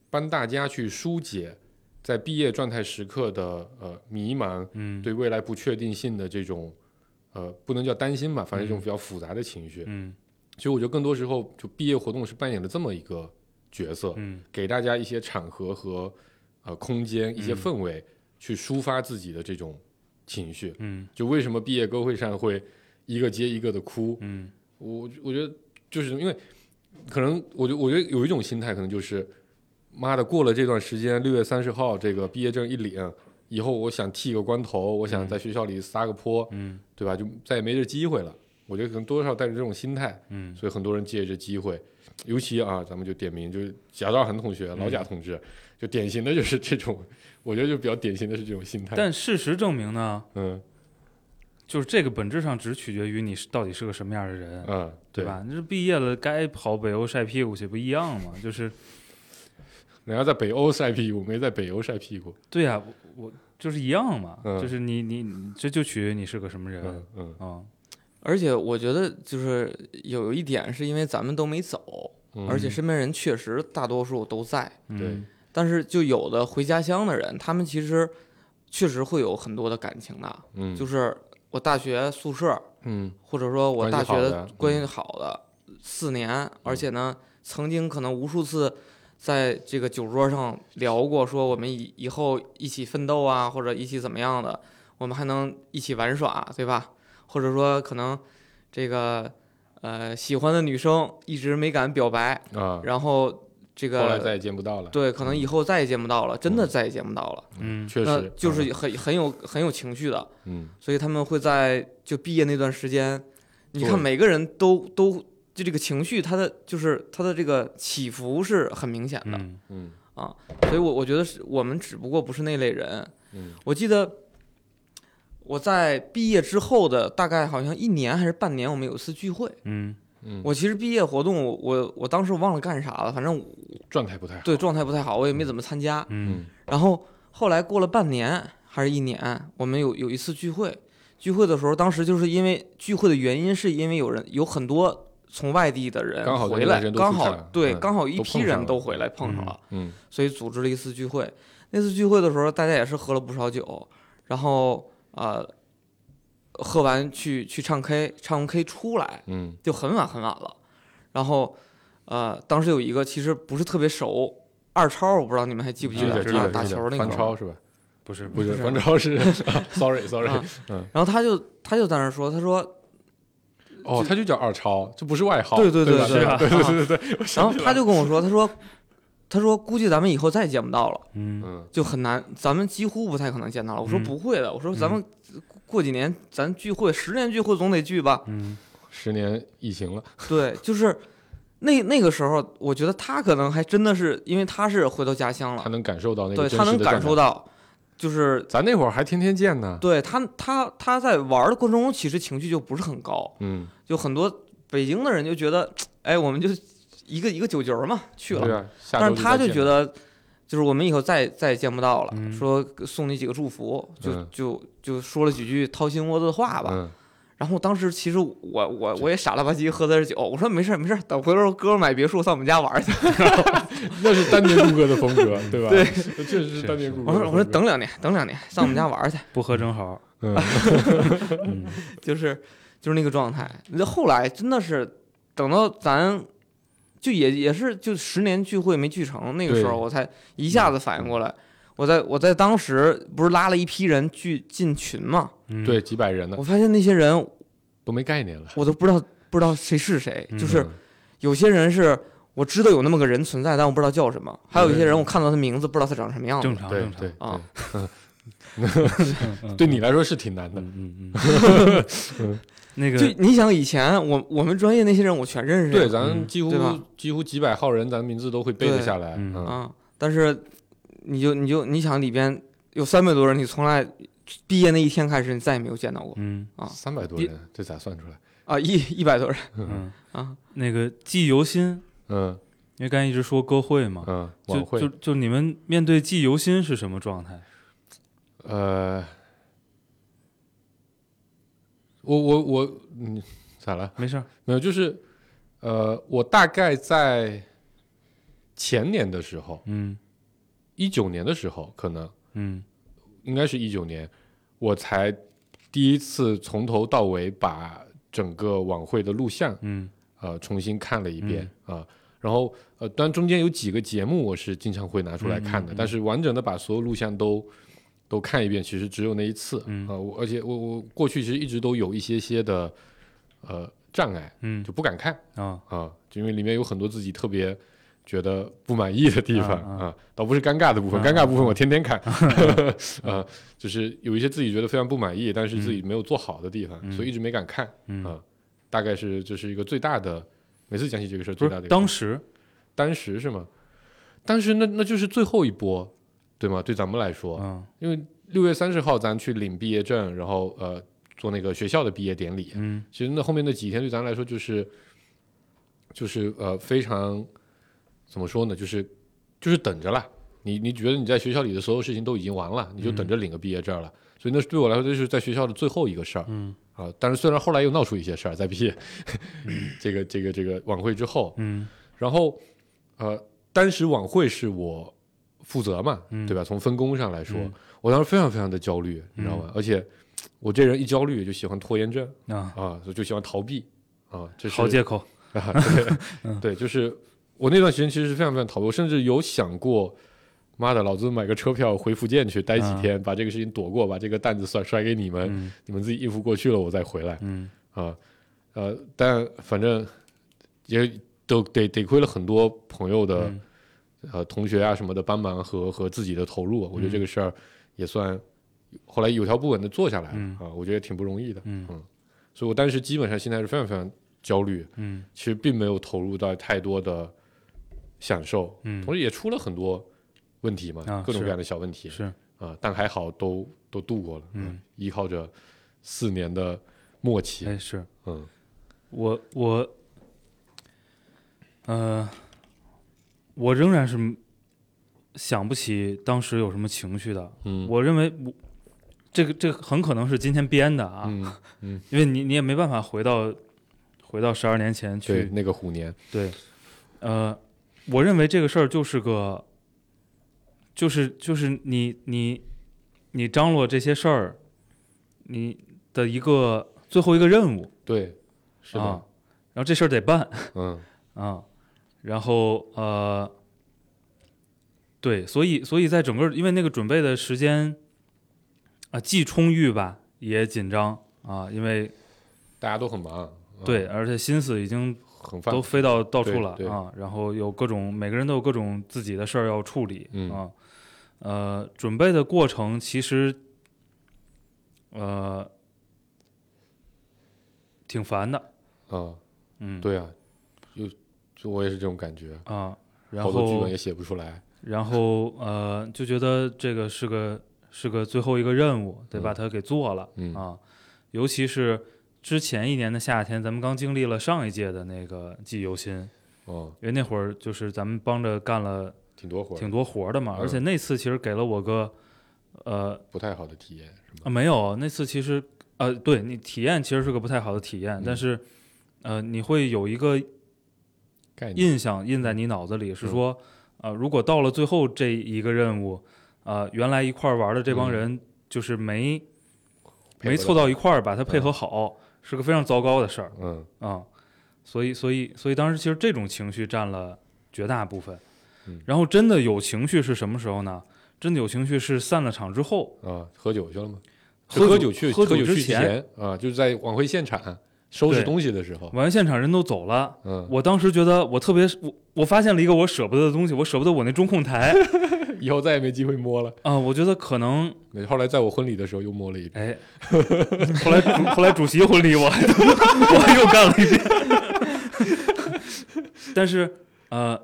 [SPEAKER 5] 帮大家去疏解在毕业状态时刻的呃迷茫，
[SPEAKER 4] 嗯，
[SPEAKER 5] 对未来不确定性的这种呃不能叫担心吧，反正这种比较复杂的情绪。
[SPEAKER 4] 嗯
[SPEAKER 5] 其实我觉得更多时候就毕业活动是扮演了这么一个角色，
[SPEAKER 4] 嗯
[SPEAKER 5] 给大家一些场合和呃空间、一些
[SPEAKER 4] 嗯
[SPEAKER 5] 氛围，去抒发自己的这种情绪。
[SPEAKER 4] 嗯
[SPEAKER 5] 就为什么毕业歌会上会一个接一个的哭，
[SPEAKER 4] 嗯
[SPEAKER 5] 我我觉得就是因为可能我觉得我觉得有一种心态，可能就是妈的过了这段时间，六月三十号这个毕业证一领，以后我想剃个光头，我想在学校里撒个泼，
[SPEAKER 4] 嗯
[SPEAKER 5] 对吧？就再也没这机会了。我觉得可能多少带着这种心态，
[SPEAKER 4] 嗯
[SPEAKER 5] 所以很多人借着这机会，尤其啊，咱们就点名，就是贾兆恒同学、老
[SPEAKER 4] 嗯
[SPEAKER 5] 贾同志，就典型的就是这种，我觉得就比较典型的是这种心态。
[SPEAKER 4] 但事实证明呢，
[SPEAKER 5] 嗯
[SPEAKER 4] 就是这个本质上只取决于你是到底是个什么样的人，
[SPEAKER 5] 嗯，
[SPEAKER 4] 对？吧？你这毕业了该跑北欧晒屁股去不一样吗？就是
[SPEAKER 5] 人家在北欧晒屁股，没在北欧晒屁股。
[SPEAKER 4] 对呀、我我就是一样嘛，
[SPEAKER 5] 嗯
[SPEAKER 4] 就是你你你这就取决于你是个什么人
[SPEAKER 5] 嗯嗯
[SPEAKER 4] 啊、
[SPEAKER 3] 而且我觉得就是有一点是因为咱们都没走，
[SPEAKER 5] 嗯，
[SPEAKER 3] 而且身边人确实大多数都在，
[SPEAKER 4] 嗯
[SPEAKER 5] 对
[SPEAKER 3] 但是就有的回家乡的人，他们其实确实会有很多的感情的，
[SPEAKER 5] 嗯
[SPEAKER 3] 就是我大学宿舍，
[SPEAKER 5] 嗯
[SPEAKER 3] 或者说我
[SPEAKER 5] 关系
[SPEAKER 3] 大学
[SPEAKER 5] 好
[SPEAKER 3] 的
[SPEAKER 5] 的
[SPEAKER 3] 关系
[SPEAKER 5] 嗯
[SPEAKER 3] 好的四年，而且呢，曾经可能无数次在这个酒桌上聊过，说我们以以后一起奋斗啊，或者一起怎么样的，我们还能一起玩耍，对吧？或者说可能这个呃喜欢的女生一直没敢表白，
[SPEAKER 5] 啊，
[SPEAKER 3] 然后这
[SPEAKER 5] 后来再
[SPEAKER 3] 个
[SPEAKER 5] 也见不到了。
[SPEAKER 3] 对，可能以后再也见不到了，真的
[SPEAKER 5] 嗯
[SPEAKER 3] 再也见不到了，
[SPEAKER 4] 嗯
[SPEAKER 5] 确
[SPEAKER 3] 那
[SPEAKER 5] 实
[SPEAKER 3] 就是很很有很有情绪的，
[SPEAKER 5] 嗯
[SPEAKER 3] 所以他们会在就毕业那段时间，你看
[SPEAKER 5] 对
[SPEAKER 3] 每个人都都就这个情绪，他的就是他的这个起伏是很明显的，
[SPEAKER 4] 嗯
[SPEAKER 5] 嗯
[SPEAKER 3] 所以我我觉得是我们只不过不是那类人。
[SPEAKER 5] 嗯
[SPEAKER 3] 我记得我在毕业之后的大概好像一年还是半年，我们有一次聚会。
[SPEAKER 4] 嗯
[SPEAKER 5] 嗯，
[SPEAKER 3] 我其实毕业活动，我我我当时忘了干啥了，反正我
[SPEAKER 5] 状态不太好。
[SPEAKER 3] 对状态不太好，我也没怎么参加。
[SPEAKER 4] 嗯
[SPEAKER 5] 嗯
[SPEAKER 3] 然后后来过了半年还是一年，我们有有一次聚会，聚会的时候，当时就是因为聚会的原因，是因为有人有很多从外地的人
[SPEAKER 5] 刚好
[SPEAKER 3] 回
[SPEAKER 5] 这
[SPEAKER 3] 来
[SPEAKER 5] 段时，间都
[SPEAKER 3] 刚
[SPEAKER 5] 去
[SPEAKER 3] 好
[SPEAKER 5] 看了
[SPEAKER 3] 对，
[SPEAKER 5] 嗯
[SPEAKER 3] 刚好一
[SPEAKER 5] 都
[SPEAKER 3] 批
[SPEAKER 5] 碰上
[SPEAKER 3] 人
[SPEAKER 5] 了
[SPEAKER 3] 都回来碰上
[SPEAKER 4] 嗯
[SPEAKER 3] 了，
[SPEAKER 5] 嗯
[SPEAKER 3] 所以组织了一次聚会。那次聚会的时候，大家也是喝了不少酒，然后呃，喝完去去唱 K，唱完 K 出来，
[SPEAKER 5] 嗯
[SPEAKER 3] 就很晚很晚了。然后，呃，当时有一个其实不是特别熟二超，我不知道你们还记不
[SPEAKER 5] 记
[SPEAKER 3] 记
[SPEAKER 4] 嗯
[SPEAKER 5] 得
[SPEAKER 3] 得
[SPEAKER 5] 记
[SPEAKER 4] 知
[SPEAKER 5] 得
[SPEAKER 3] 啊
[SPEAKER 5] 记
[SPEAKER 3] 打
[SPEAKER 5] 得
[SPEAKER 3] 球那
[SPEAKER 5] 翻
[SPEAKER 3] 个。
[SPEAKER 5] 超是吧？
[SPEAKER 4] 不是
[SPEAKER 5] 不是
[SPEAKER 3] 是
[SPEAKER 5] 翻 超是，sorry sorry，
[SPEAKER 3] 啊
[SPEAKER 5] 嗯，
[SPEAKER 3] 然后他就他就在那儿说，他说，
[SPEAKER 5] 哦，他就叫二超，这不是外号，
[SPEAKER 3] 对对
[SPEAKER 5] 对吧
[SPEAKER 3] 对
[SPEAKER 5] 是吧
[SPEAKER 3] 对
[SPEAKER 5] 对
[SPEAKER 3] 对
[SPEAKER 5] 对对对，我
[SPEAKER 3] 然
[SPEAKER 5] 想
[SPEAKER 3] 后
[SPEAKER 5] 起来
[SPEAKER 3] 他就跟我说，他说，他说估计咱们以后再也见不到了，
[SPEAKER 4] 嗯
[SPEAKER 5] 嗯
[SPEAKER 3] 就很难，咱们几乎不太可能见到了。我说
[SPEAKER 4] 嗯
[SPEAKER 3] 不会的，我说咱们
[SPEAKER 5] 嗯
[SPEAKER 3] 过几年咱聚会，十年聚会总得聚 吧？
[SPEAKER 4] 嗯
[SPEAKER 5] 十年疫情了，
[SPEAKER 3] 对，就是那那个时候，我觉得他可能还真的是因为他是回到家乡
[SPEAKER 5] 他
[SPEAKER 3] 了，
[SPEAKER 5] 能感受到那
[SPEAKER 3] 对
[SPEAKER 5] 个
[SPEAKER 3] 他能感受
[SPEAKER 5] 到。
[SPEAKER 3] 到，就是
[SPEAKER 5] 咱那会儿还天天见呢，
[SPEAKER 3] 对他他他在玩的过程中，其实情绪就不是很高，
[SPEAKER 5] 嗯，
[SPEAKER 3] 就很多北京的人就觉得，哎，我们就一个一个酒局儿嘛去了
[SPEAKER 5] 对。啊，下
[SPEAKER 3] 但
[SPEAKER 5] 周
[SPEAKER 3] 是他
[SPEAKER 5] 再
[SPEAKER 3] 就
[SPEAKER 5] 见
[SPEAKER 3] 觉得，就是我们以后再再也见不到了，
[SPEAKER 4] 嗯
[SPEAKER 3] 说送你几个祝福，就、
[SPEAKER 5] 嗯
[SPEAKER 3] 就就说了几句掏心窝子的话吧。
[SPEAKER 5] 嗯
[SPEAKER 3] 然后当时其实我我我也傻了吧唧喝的是酒，我说没事儿没事儿，等回头哥们儿买别墅上我们家玩儿去。
[SPEAKER 5] 那是当年顾哥的风 格，对吧？
[SPEAKER 3] 对，
[SPEAKER 5] 确实是当年顾哥
[SPEAKER 3] 我
[SPEAKER 5] 的风格。
[SPEAKER 3] 说我说等两年等两年上我们家玩儿去，
[SPEAKER 4] 不喝正好，
[SPEAKER 5] 嗯，
[SPEAKER 4] 嗯
[SPEAKER 3] 就是就是那个状态。那后来真的是等到咱。就也也是就十年聚会没聚成，那个时候
[SPEAKER 5] 对
[SPEAKER 3] 我才一下子反应过来，我在我在当时不是拉了一批人聚进群嘛，
[SPEAKER 4] 嗯
[SPEAKER 5] 对，几百人呢
[SPEAKER 3] 我，发现那些人
[SPEAKER 5] 都没概念了。
[SPEAKER 3] 我都不知道不知道谁是谁，
[SPEAKER 4] 嗯
[SPEAKER 3] 就是有些人是我知道有那么个人存在，但我不知道叫什么；还有一些人我看到他名字，不知道他长什么样
[SPEAKER 4] 正
[SPEAKER 3] 子。
[SPEAKER 4] 常
[SPEAKER 5] 对
[SPEAKER 4] 正常
[SPEAKER 5] 对
[SPEAKER 3] 啊，
[SPEAKER 4] 嗯嗯
[SPEAKER 5] 对你来说是挺难的。
[SPEAKER 4] 嗯嗯 嗯那个
[SPEAKER 3] 就你想以前我我们专业那些人我全认识，
[SPEAKER 5] 对，咱几乎
[SPEAKER 3] 对吧
[SPEAKER 5] 几乎几百号人，咱名字都会背得
[SPEAKER 3] 对
[SPEAKER 5] 下来。
[SPEAKER 4] 嗯
[SPEAKER 5] 嗯
[SPEAKER 3] 啊，但是你就你就你想里边有三百多人，你从来毕业那一天开始你再也没有见到过
[SPEAKER 4] 嗯
[SPEAKER 5] 三百多
[SPEAKER 4] 一
[SPEAKER 5] 人，这咋算出来？
[SPEAKER 3] 啊，一一百多人
[SPEAKER 4] 嗯
[SPEAKER 3] 啊，
[SPEAKER 4] 那个记忆犹新，
[SPEAKER 5] 嗯
[SPEAKER 4] 因为刚才一直说歌会嘛，
[SPEAKER 5] 嗯，
[SPEAKER 4] 啊就
[SPEAKER 5] 晚会
[SPEAKER 4] 就就你们面对记忆犹新是什么状态？
[SPEAKER 5] 呃，我我我，嗯，咋了？
[SPEAKER 4] 没事儿，
[SPEAKER 5] 没有，就是呃，我大概在前年的时候，
[SPEAKER 4] 嗯
[SPEAKER 5] 一九年的时候，可能
[SPEAKER 4] 嗯
[SPEAKER 5] 应该是一九年，我才第一次从头到尾把整个晚会的录像
[SPEAKER 4] 嗯
[SPEAKER 5] 呃重新看了一遍啊、然后呃，当然中间有几个节目我是经常会拿出来看的，
[SPEAKER 4] 嗯嗯嗯
[SPEAKER 5] 但是完整的把所有录像都都看一遍，其实只有那一次啊、
[SPEAKER 4] 嗯
[SPEAKER 5] 我而且我我过去其实一直都有一些些的呃障碍，
[SPEAKER 4] 嗯
[SPEAKER 5] 就不敢看
[SPEAKER 4] 啊
[SPEAKER 5] 啊、就因为里面有很多自己特别觉得不满意的地方
[SPEAKER 4] 嗯嗯
[SPEAKER 5] 啊，倒不是尴尬的部分，
[SPEAKER 4] 嗯
[SPEAKER 5] 尴尬部分我天 天看，啊，就是有一些自己觉得非常不满意，但是自己没有做好的地方，所以一直没敢看
[SPEAKER 4] 嗯
[SPEAKER 5] 啊。大概是这是一个最大的，每次讲起这个事儿
[SPEAKER 4] 不
[SPEAKER 5] 最大
[SPEAKER 4] 是
[SPEAKER 5] 的一个
[SPEAKER 4] 当时
[SPEAKER 5] 当时是吗？当时那那就是最后一波，对吗？对咱们来说，
[SPEAKER 4] 嗯
[SPEAKER 5] 因为六月三十号咱去领毕业证，然后呃做那个学校的毕业典礼，
[SPEAKER 4] 嗯
[SPEAKER 5] 其实那后面那几天对咱来说就是就是呃非常怎么说呢，就是就是等着啦。你你觉得你在学校里的所有事情都已经完了，你就
[SPEAKER 4] 嗯
[SPEAKER 5] 等着领个毕业证了。所以那是对我来说就是在学校的最后一个事儿。
[SPEAKER 4] 嗯
[SPEAKER 5] 啊，但是虽然后来又闹出一些事儿，在毕业、 这个这个这个晚会之后，
[SPEAKER 4] 嗯
[SPEAKER 5] 然后呃，当时晚会是我负责嘛，
[SPEAKER 4] 嗯
[SPEAKER 5] 对吧？从分工上来说，
[SPEAKER 4] 嗯
[SPEAKER 5] 我当时非常非常的焦虑，你知道吗？而且我这人一焦虑就喜欢拖延症。
[SPEAKER 4] 啊，
[SPEAKER 5] 啊，所以就喜欢逃避啊，这是
[SPEAKER 4] 好借口，
[SPEAKER 5] 啊，对对， 就是我那段时间其实是非常非常逃避，我甚至有想过，妈的，老子买个车票回福建去待几
[SPEAKER 4] 啊
[SPEAKER 5] 天，把这个事情躲过，把这个担子甩甩给你们，
[SPEAKER 4] 嗯
[SPEAKER 5] 你们自己应付过去了，我再回来
[SPEAKER 4] 嗯
[SPEAKER 5] 啊，呃，但反正也都得得亏了很多朋友的、
[SPEAKER 4] 嗯
[SPEAKER 5] 呃同学啊什么的帮忙和和自己的投入，
[SPEAKER 4] 嗯
[SPEAKER 5] 我觉得这个事儿也算后来有条不紊的做下来了、
[SPEAKER 4] 嗯
[SPEAKER 5] 啊，我觉得也挺不容易的。
[SPEAKER 4] 嗯
[SPEAKER 5] 所以我当时基本上心态是非常非常焦虑，
[SPEAKER 4] 嗯
[SPEAKER 5] 其实并没有投入到太多的享受，
[SPEAKER 4] 嗯
[SPEAKER 5] 同时也出了很多问题嘛，
[SPEAKER 4] 啊
[SPEAKER 5] 各种
[SPEAKER 4] 是
[SPEAKER 5] 各样的小问题
[SPEAKER 4] 是
[SPEAKER 5] 啊，但还好都都度过了，啊
[SPEAKER 4] 嗯，
[SPEAKER 5] 依靠着四年的默契，
[SPEAKER 4] 哎是
[SPEAKER 5] 嗯
[SPEAKER 4] 我我呃，我仍然是想不起当时有什么情绪的，
[SPEAKER 5] 嗯，
[SPEAKER 4] 我认为我这个这个很可能是今天编的啊，
[SPEAKER 5] 嗯
[SPEAKER 4] 因为你你也没办法回到回到十二年前
[SPEAKER 5] 对
[SPEAKER 4] 去
[SPEAKER 5] 那个虎年，
[SPEAKER 4] 对呃，我认为这个事儿就是个，就是就是你你你张罗这些事儿，你的一个最后一个任务
[SPEAKER 5] 对，是的，
[SPEAKER 4] 啊，然后这事儿得办
[SPEAKER 5] 嗯
[SPEAKER 4] 啊，然后呃，对，所以所以在整个因为那个准备的时间啊，既充裕吧，也紧张啊，因为
[SPEAKER 5] 大家都很忙，嗯
[SPEAKER 4] 对，，而且心思已经
[SPEAKER 5] 很烦
[SPEAKER 4] 都，飞到到处
[SPEAKER 5] 对
[SPEAKER 4] 了
[SPEAKER 5] 对
[SPEAKER 4] 啊，然后有各种每个人都有各种自己的事儿要处理、
[SPEAKER 5] 嗯
[SPEAKER 4] 啊，呃，准备的过程其实呃挺烦的，
[SPEAKER 5] 嗯，
[SPEAKER 4] 嗯，
[SPEAKER 5] 对啊，就就我也是这种感觉，
[SPEAKER 4] 啊，然
[SPEAKER 5] 好多剧
[SPEAKER 4] 后
[SPEAKER 5] 本也写不出来，
[SPEAKER 4] 然后呃就觉得这个是个是个最后一个任务，得把
[SPEAKER 5] 嗯
[SPEAKER 4] 它给做了、
[SPEAKER 5] 嗯
[SPEAKER 4] 啊，尤其是之前一年的夏天，咱们刚经历了上一届的那个记忆犹新，
[SPEAKER 5] 哦，
[SPEAKER 4] 因为那会儿就是咱们帮着干了。
[SPEAKER 5] 挺多活儿，
[SPEAKER 4] 挺多活儿的嘛。
[SPEAKER 5] 嗯
[SPEAKER 4] 而且那次其实给了我个，呃，
[SPEAKER 5] 不太好的体验，是
[SPEAKER 4] 啊
[SPEAKER 5] 吗？
[SPEAKER 4] 没有，那次其实，呃，对你体验其实是个不太好的体验，
[SPEAKER 5] 嗯
[SPEAKER 4] 但是，呃，你会有一个
[SPEAKER 5] 概念，
[SPEAKER 4] 印象印在你脑子里，是
[SPEAKER 5] 嗯
[SPEAKER 4] 说，呃，如果到了最后这一个任务，呃，原来一块儿玩儿的这帮
[SPEAKER 5] 嗯
[SPEAKER 4] 人就是没
[SPEAKER 5] 配
[SPEAKER 4] 没
[SPEAKER 5] 合
[SPEAKER 4] 凑
[SPEAKER 5] 到
[SPEAKER 4] 到一块儿，把它配
[SPEAKER 5] 嗯
[SPEAKER 4] 合好，是个非常糟糕的事儿
[SPEAKER 5] 嗯
[SPEAKER 4] 啊。所以，所以，所以当时其实这种情绪占了绝大部分
[SPEAKER 5] 嗯。
[SPEAKER 4] 然后真的有情绪是什么时候呢？真的有情绪是散了场之后，
[SPEAKER 5] 啊，喝酒去了吗？
[SPEAKER 4] 喝
[SPEAKER 5] 喝
[SPEAKER 4] 酒
[SPEAKER 5] 去
[SPEAKER 4] 喝
[SPEAKER 5] 喝
[SPEAKER 4] 酒
[SPEAKER 5] 酒
[SPEAKER 4] 之
[SPEAKER 5] 去前啊，就是在晚会现场收拾
[SPEAKER 4] 对
[SPEAKER 5] 东西的时候，
[SPEAKER 4] 完现场人都走了。
[SPEAKER 5] 哦嗯，
[SPEAKER 4] 我当时觉得我特别，我我发现了一个我舍不得的东西，我舍不得我那中控 台啊、
[SPEAKER 5] 以后再也没机会摸了。
[SPEAKER 4] 我觉得可能
[SPEAKER 5] 没后来在我婚礼的时候又摸了一遍，
[SPEAKER 4] 哎，后来主后来主席婚礼我还我还又干了一遍， 但是呃，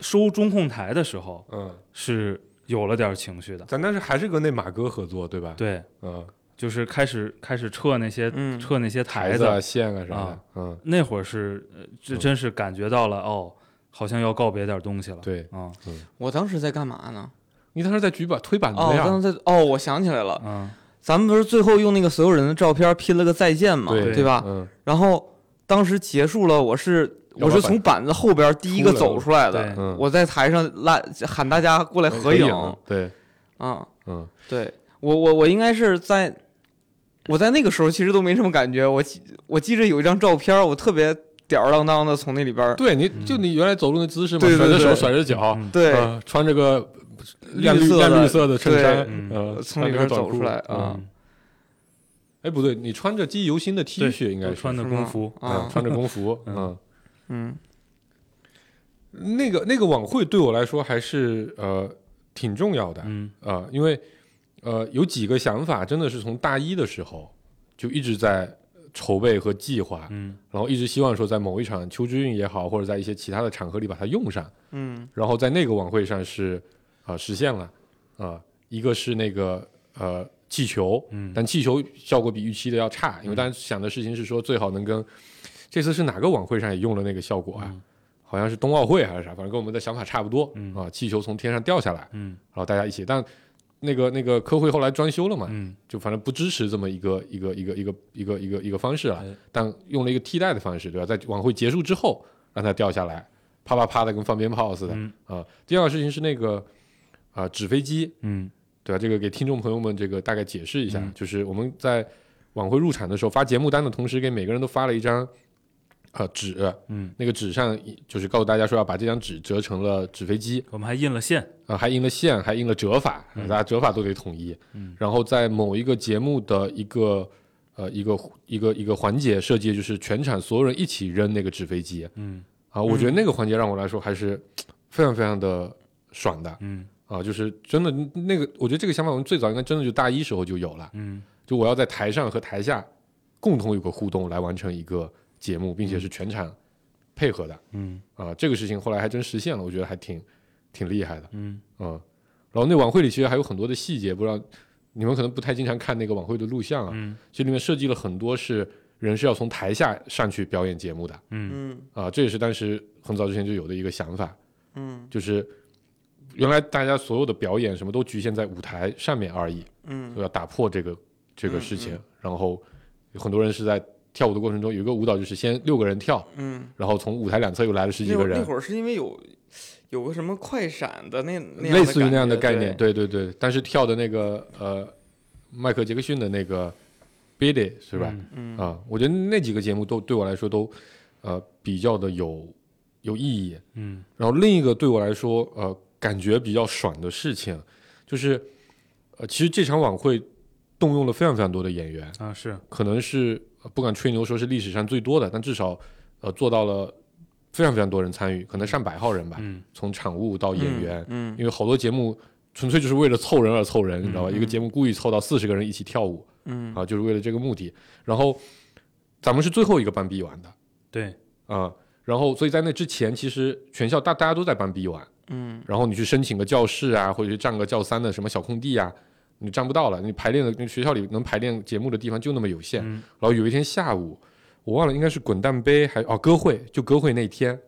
[SPEAKER 4] 收中控台的时候
[SPEAKER 5] 嗯，
[SPEAKER 4] 是有了点情绪的，
[SPEAKER 5] 咱当时还是跟那马哥合作，对吧？，
[SPEAKER 4] 对，
[SPEAKER 5] 嗯，
[SPEAKER 4] 就是开始开始撤那些、
[SPEAKER 3] 嗯
[SPEAKER 4] 撤那些
[SPEAKER 5] 台
[SPEAKER 4] 台
[SPEAKER 5] 子啊、
[SPEAKER 4] 子，
[SPEAKER 5] 线啊啥的
[SPEAKER 4] 啊，
[SPEAKER 5] 嗯，
[SPEAKER 4] 那会儿是呃这
[SPEAKER 5] 嗯
[SPEAKER 4] 真是感觉到了哦，好像要告别点东西了，
[SPEAKER 5] 对
[SPEAKER 4] 啊
[SPEAKER 3] 我当时在干嘛呢？
[SPEAKER 5] 你当时在举板推板子
[SPEAKER 3] 哦，我
[SPEAKER 5] 呀
[SPEAKER 3] 当，时在哦，我想起来了，
[SPEAKER 4] 嗯
[SPEAKER 5] 啊
[SPEAKER 3] 咱们不是最后用那个所有人的照片拼了个再见嘛，
[SPEAKER 5] 对
[SPEAKER 3] 对吧？
[SPEAKER 5] 嗯，
[SPEAKER 3] 然后当时结束了，我是
[SPEAKER 5] 摇
[SPEAKER 3] 我
[SPEAKER 5] 摆
[SPEAKER 3] 是从板子后边第一个走出来
[SPEAKER 4] 对
[SPEAKER 3] 的，
[SPEAKER 5] 嗯
[SPEAKER 3] 我在台上拉喊大家过来合影啊、
[SPEAKER 5] 对，嗯，
[SPEAKER 3] 对我我我应该是在我在那个时候其实都没什么感觉，我记我记着有一张照片，我特别吊儿郎当的从那里边儿，
[SPEAKER 5] 对，你就你原来走路的姿势嘛，
[SPEAKER 3] 对对
[SPEAKER 5] 甩着手
[SPEAKER 3] 对
[SPEAKER 5] 甩着脚，
[SPEAKER 4] 嗯
[SPEAKER 3] 对，
[SPEAKER 5] 呃，穿着个亮
[SPEAKER 3] 绿色的
[SPEAKER 5] 亮绿色的衬衫
[SPEAKER 3] 对，
[SPEAKER 4] 嗯
[SPEAKER 5] 嗯，
[SPEAKER 3] 从
[SPEAKER 5] 穿
[SPEAKER 3] 里
[SPEAKER 5] 着个
[SPEAKER 3] 边
[SPEAKER 5] 短
[SPEAKER 3] 走出
[SPEAKER 5] 裤
[SPEAKER 3] 来
[SPEAKER 5] 嗯
[SPEAKER 3] 啊
[SPEAKER 4] 嗯
[SPEAKER 5] 哎，不对，你穿着记忆犹新的 T
[SPEAKER 4] 对
[SPEAKER 5] 恤应该
[SPEAKER 4] 都
[SPEAKER 5] 是啊
[SPEAKER 4] 穿的
[SPEAKER 3] 是啊
[SPEAKER 4] 工
[SPEAKER 3] 吗
[SPEAKER 4] 服，
[SPEAKER 5] 嗯
[SPEAKER 3] 啊，
[SPEAKER 5] 穿着工服，
[SPEAKER 4] 嗯
[SPEAKER 5] 嗯。
[SPEAKER 3] 嗯，
[SPEAKER 5] 那个那个晚会对我来说还是呃挺重要的，
[SPEAKER 4] 嗯
[SPEAKER 5] 啊，因为呃有几个想法真的是从大一的时候就一直在筹备和计划，
[SPEAKER 4] 嗯
[SPEAKER 5] 然后一直希望说在某一场秋之韵也好，或者在一些其他的场合里把它用上，
[SPEAKER 3] 嗯
[SPEAKER 5] 然后在那个晚会上是啊、实现了啊、一个是那个呃气球，
[SPEAKER 4] 嗯
[SPEAKER 5] 但气球效果比预期的要差，因为当时想的事情是说最好能跟这次是哪个晚会上也用了那个效果啊，好像是冬奥会还是啥，反正跟我们的想法差不多、
[SPEAKER 4] 嗯
[SPEAKER 5] 啊，气球从天上掉下来，然
[SPEAKER 4] 嗯
[SPEAKER 5] 后大家一起，但那个那个科会后来装修了嘛，
[SPEAKER 4] 嗯
[SPEAKER 5] 就反正不支持这么一个一个一个一个一个一个一个方式啊
[SPEAKER 4] 哎，
[SPEAKER 5] 但用了一个替代的方式，对吧？在晚会结束之后让它掉下来，啪啪啪的跟放鞭炮似的啊、
[SPEAKER 4] 嗯
[SPEAKER 5] 第二个事情是那个啊、纸飞机，
[SPEAKER 4] 嗯
[SPEAKER 5] 对吧？这个给听众朋友们这个大概解释一下，
[SPEAKER 4] 嗯
[SPEAKER 5] 就是我们在晚会入场的时候发节目单的同时，给每个人都发了一张啊、纸，
[SPEAKER 4] 嗯，
[SPEAKER 5] 那个纸上就是告诉大家说要把这张纸折成了纸飞机，
[SPEAKER 4] 我们还印了线，
[SPEAKER 5] 啊，还印了线，还印了折法，大家折法都得统一。
[SPEAKER 4] 嗯
[SPEAKER 5] 然后在某一个节目的一个呃一个一个一个环节设计，就是全场所有人一起扔那个纸飞机
[SPEAKER 4] 嗯
[SPEAKER 5] 啊，我觉得那个环节让我来说还是非常非常的爽的
[SPEAKER 4] 嗯
[SPEAKER 5] 啊，就是真的那个，我觉得这个想法我们最早应该真的就大一时候就有了，
[SPEAKER 4] 嗯
[SPEAKER 5] 就我要在台上和台下共同有个互动来完成一个节目，并且是全场配合的
[SPEAKER 4] 嗯
[SPEAKER 5] 啊，这个事情后来还真实现了，我觉得还挺挺厉害的。
[SPEAKER 4] 嗯，
[SPEAKER 5] 嗯，然后那晚会里其实还有很多的细节，不知道你们可能不太经常看那个晚会的录像啊，
[SPEAKER 4] 嗯
[SPEAKER 5] 其实里面设计了很多是人是要从台下上去表演节目的
[SPEAKER 4] 嗯
[SPEAKER 3] 嗯
[SPEAKER 5] 啊，这也是当时很早之前就有的一个想法，
[SPEAKER 3] 嗯
[SPEAKER 5] 就是原来大家所有的表演什么都局限在舞台上面而已，
[SPEAKER 3] 嗯
[SPEAKER 5] 就要打破这个这个事情，
[SPEAKER 3] 嗯嗯
[SPEAKER 5] 然后有很多人是在跳舞的过程中有一个舞蹈就是先六个人跳，
[SPEAKER 3] 嗯，
[SPEAKER 5] 然后从舞台两侧又来了十几
[SPEAKER 3] 那
[SPEAKER 5] 个
[SPEAKER 3] 会儿
[SPEAKER 5] 人
[SPEAKER 3] 那，会儿是因为有有个什么快闪的那那样
[SPEAKER 5] 类似于那样的
[SPEAKER 3] 感
[SPEAKER 5] 概
[SPEAKER 3] 觉
[SPEAKER 5] 念，，对对对。但是跳的那个呃，迈克尔杰克逊的那个 Billy 是吧？
[SPEAKER 4] 嗯
[SPEAKER 3] 嗯
[SPEAKER 5] 啊，我觉得那几个节目都对我来说都呃比较的有有意义。
[SPEAKER 4] 嗯
[SPEAKER 5] 然后另一个对我来说呃感觉比较爽的事情，就是呃其实这场晚会动用了非常非常多的演员，
[SPEAKER 4] 啊是，
[SPEAKER 5] 可能是呃不敢吹牛说是历史上最多的，但至少呃做到了非常非常多人参与，可能上百号人吧，
[SPEAKER 4] 嗯
[SPEAKER 5] 从场务到演员，
[SPEAKER 3] 嗯
[SPEAKER 5] 因为好多节目纯粹就是为了凑人而凑人，你知道吧？
[SPEAKER 4] 嗯
[SPEAKER 5] 一个节目故意凑到四十个人一起跳舞
[SPEAKER 3] 嗯
[SPEAKER 5] 啊，就是为了这个目的。然后咱们是最后一个班 B 完的
[SPEAKER 4] 对，
[SPEAKER 5] 啊，然后所以在那之前，其实全校大大家都在班 B 完，
[SPEAKER 3] 嗯
[SPEAKER 5] 然后你去申请个教室啊，或者去占个教三的什么小空地啊，你占不到了，你排练的那学校里能排练节目的地方就那么有限。
[SPEAKER 4] 嗯
[SPEAKER 5] 然后有一天下午，我忘了应该是滚蛋杯还哦歌会，就歌会那天，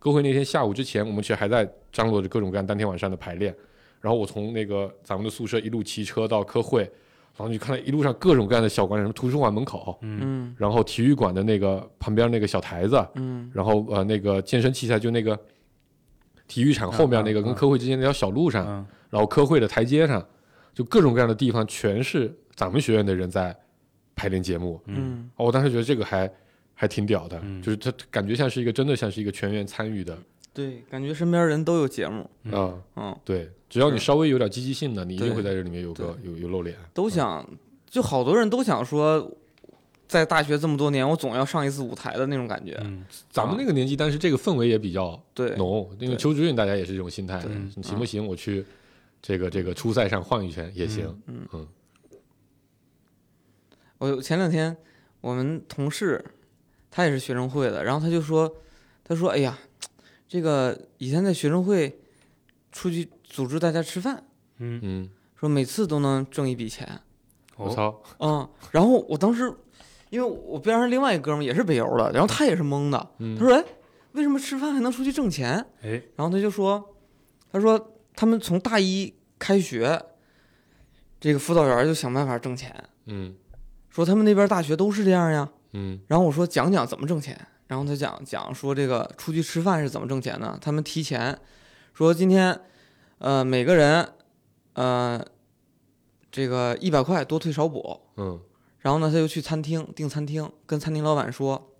[SPEAKER 5] 歌会那天下午之前，我们其实还在张罗着各种各样当天晚上的排练。然后我从那个咱们的宿舍一路骑车到科会，然后你就看到一路上各种各样的小广场，什么图书馆门口，
[SPEAKER 3] 嗯
[SPEAKER 5] 然后体育馆的那个旁边那个小台子，
[SPEAKER 3] 嗯
[SPEAKER 5] 然后呃那个健身器材就那个体育场后面那个
[SPEAKER 4] 嗯嗯
[SPEAKER 5] 跟科会之间那条小路上，
[SPEAKER 4] 嗯
[SPEAKER 5] 然后科会的台阶上，就各种各样的地方全是咱们学院的人在排练节目。
[SPEAKER 3] 嗯
[SPEAKER 5] 哦，我当时觉得这个还还挺屌的，
[SPEAKER 4] 嗯
[SPEAKER 5] 就是它感觉像是一个真的像是一个全员参与的啊、
[SPEAKER 3] 对，感觉身边人都有节目，
[SPEAKER 4] 嗯
[SPEAKER 3] 嗯，
[SPEAKER 5] 对，只要你
[SPEAKER 3] 是
[SPEAKER 5] 稍微有点积极性的，你一定
[SPEAKER 3] 对啊
[SPEAKER 5] 会在这里面有个有有露脸。
[SPEAKER 3] 都想就好多人都想说，在大学这么多年，我总要上一次舞台的那种感觉，
[SPEAKER 4] 嗯
[SPEAKER 5] 咱们那个年纪，但是这个氛围也比较
[SPEAKER 3] 对，
[SPEAKER 5] 浓，因为
[SPEAKER 3] 对
[SPEAKER 5] 邱主任大家也是这种心态
[SPEAKER 3] 对，嗯
[SPEAKER 5] 你行不行？我去这个这个初赛上晃一圈也行。
[SPEAKER 3] 嗯
[SPEAKER 5] 嗯
[SPEAKER 3] 我前两天我们同事他也是学生会的，然后他就说，他说哎呀，这个以前在学生会出去组织大家吃饭，
[SPEAKER 4] 嗯，
[SPEAKER 5] 嗯，
[SPEAKER 3] 说每次都能挣一笔钱，
[SPEAKER 5] 我操，
[SPEAKER 3] 嗯，然后我当时因为我边上另外一哥们儿也是北邮的，然后他也是懵的，
[SPEAKER 5] 嗯
[SPEAKER 3] 他说哎，为什么吃饭还能出去挣钱？
[SPEAKER 4] 哎，
[SPEAKER 3] 然后他就说，他说他们从大一开学，这个辅导员就想办法挣钱，
[SPEAKER 5] 嗯
[SPEAKER 3] 说他们那边大学都是这样呀。
[SPEAKER 5] 嗯
[SPEAKER 3] 然后我说讲讲怎么挣钱，然后他讲讲说这个出去吃饭是怎么挣钱的，他们提前说今天，呃每个人，呃这个一百块多退少补，
[SPEAKER 5] 嗯
[SPEAKER 3] 然后呢他就去餐厅订餐厅，跟餐厅老板说，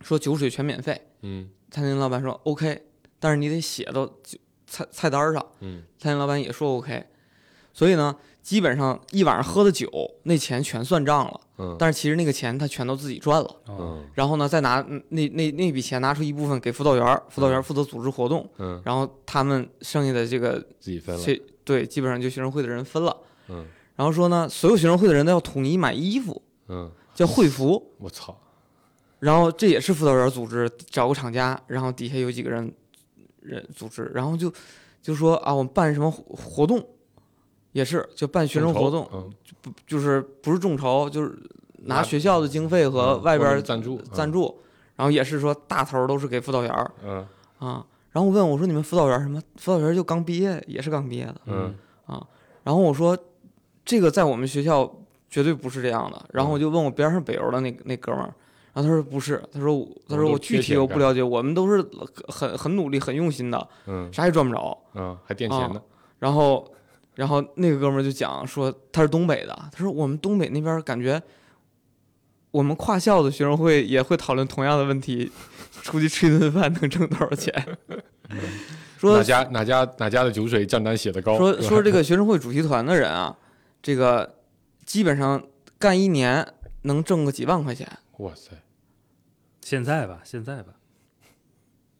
[SPEAKER 3] 说酒水全免费，
[SPEAKER 5] 嗯
[SPEAKER 3] 餐厅老板说 OK，但是你得写到酒菜菜单上。
[SPEAKER 5] 嗯
[SPEAKER 3] 餐饮老板也说 OK，所以呢，基本上一晚上喝的酒，那钱全算账了，
[SPEAKER 5] 嗯
[SPEAKER 3] 但是其实那个钱他全都自己赚了。
[SPEAKER 4] 哦
[SPEAKER 5] 嗯
[SPEAKER 3] 然后呢，再拿嗯那那那笔钱拿出一部分给辅导员儿，辅导员儿负责组织活动，
[SPEAKER 5] 嗯，
[SPEAKER 3] 然后他们剩下的这个
[SPEAKER 5] 自己分了，
[SPEAKER 3] 这对基本上就学生会的人分了。
[SPEAKER 5] 嗯
[SPEAKER 3] 然后说呢，所有学生会的人都要统一买衣服，
[SPEAKER 5] 嗯，
[SPEAKER 3] 叫会服。
[SPEAKER 5] 我操，
[SPEAKER 3] 然后这也是辅导员组织找个厂家，然后底下有几个人人组织，然后就就说啊，我们办什么活活动，也是就办学生
[SPEAKER 5] 众筹
[SPEAKER 3] 活动，
[SPEAKER 5] 嗯
[SPEAKER 3] 就是不是众筹，就是拿
[SPEAKER 5] 拿
[SPEAKER 3] 学校的经费和
[SPEAKER 5] 嗯
[SPEAKER 3] 外边
[SPEAKER 5] 或
[SPEAKER 3] 儿
[SPEAKER 5] 者赞助
[SPEAKER 3] 赞，助，然后也是说大头儿都是给辅导员儿
[SPEAKER 5] 嗯
[SPEAKER 3] 啊。然后我问我说你们辅导员儿什么？辅导员儿就刚毕业，也是刚毕业的。
[SPEAKER 5] 嗯
[SPEAKER 3] 然后我说这个在我们学校绝对不是这样的。然后我就问我边上北邮的那那哥们儿，然后他说不是，他说我他说
[SPEAKER 5] 我们都
[SPEAKER 3] 我具
[SPEAKER 5] 缺
[SPEAKER 3] 体
[SPEAKER 5] 钱
[SPEAKER 3] 我
[SPEAKER 5] 干
[SPEAKER 3] 不了解，我们都是很很努力、很用心的，
[SPEAKER 5] 嗯
[SPEAKER 3] 啥也赚不着。
[SPEAKER 5] 嗯，还垫钱
[SPEAKER 3] 哦
[SPEAKER 5] 呢，
[SPEAKER 3] 然后，然后那个哥们儿就讲说他是东北的，他说我们东北那边儿感觉，我们跨校的学生会也会讨论同样的问题，出去吃一顿饭能挣多少钱？ 说
[SPEAKER 5] 哪家哪家哪家的酒水账单写的高，
[SPEAKER 3] 说
[SPEAKER 5] 对吧
[SPEAKER 3] 说这个学生会主席团的人啊，这个基本上干一年能挣个几万块钱
[SPEAKER 5] 哇塞，
[SPEAKER 4] 现在吧，现在吧，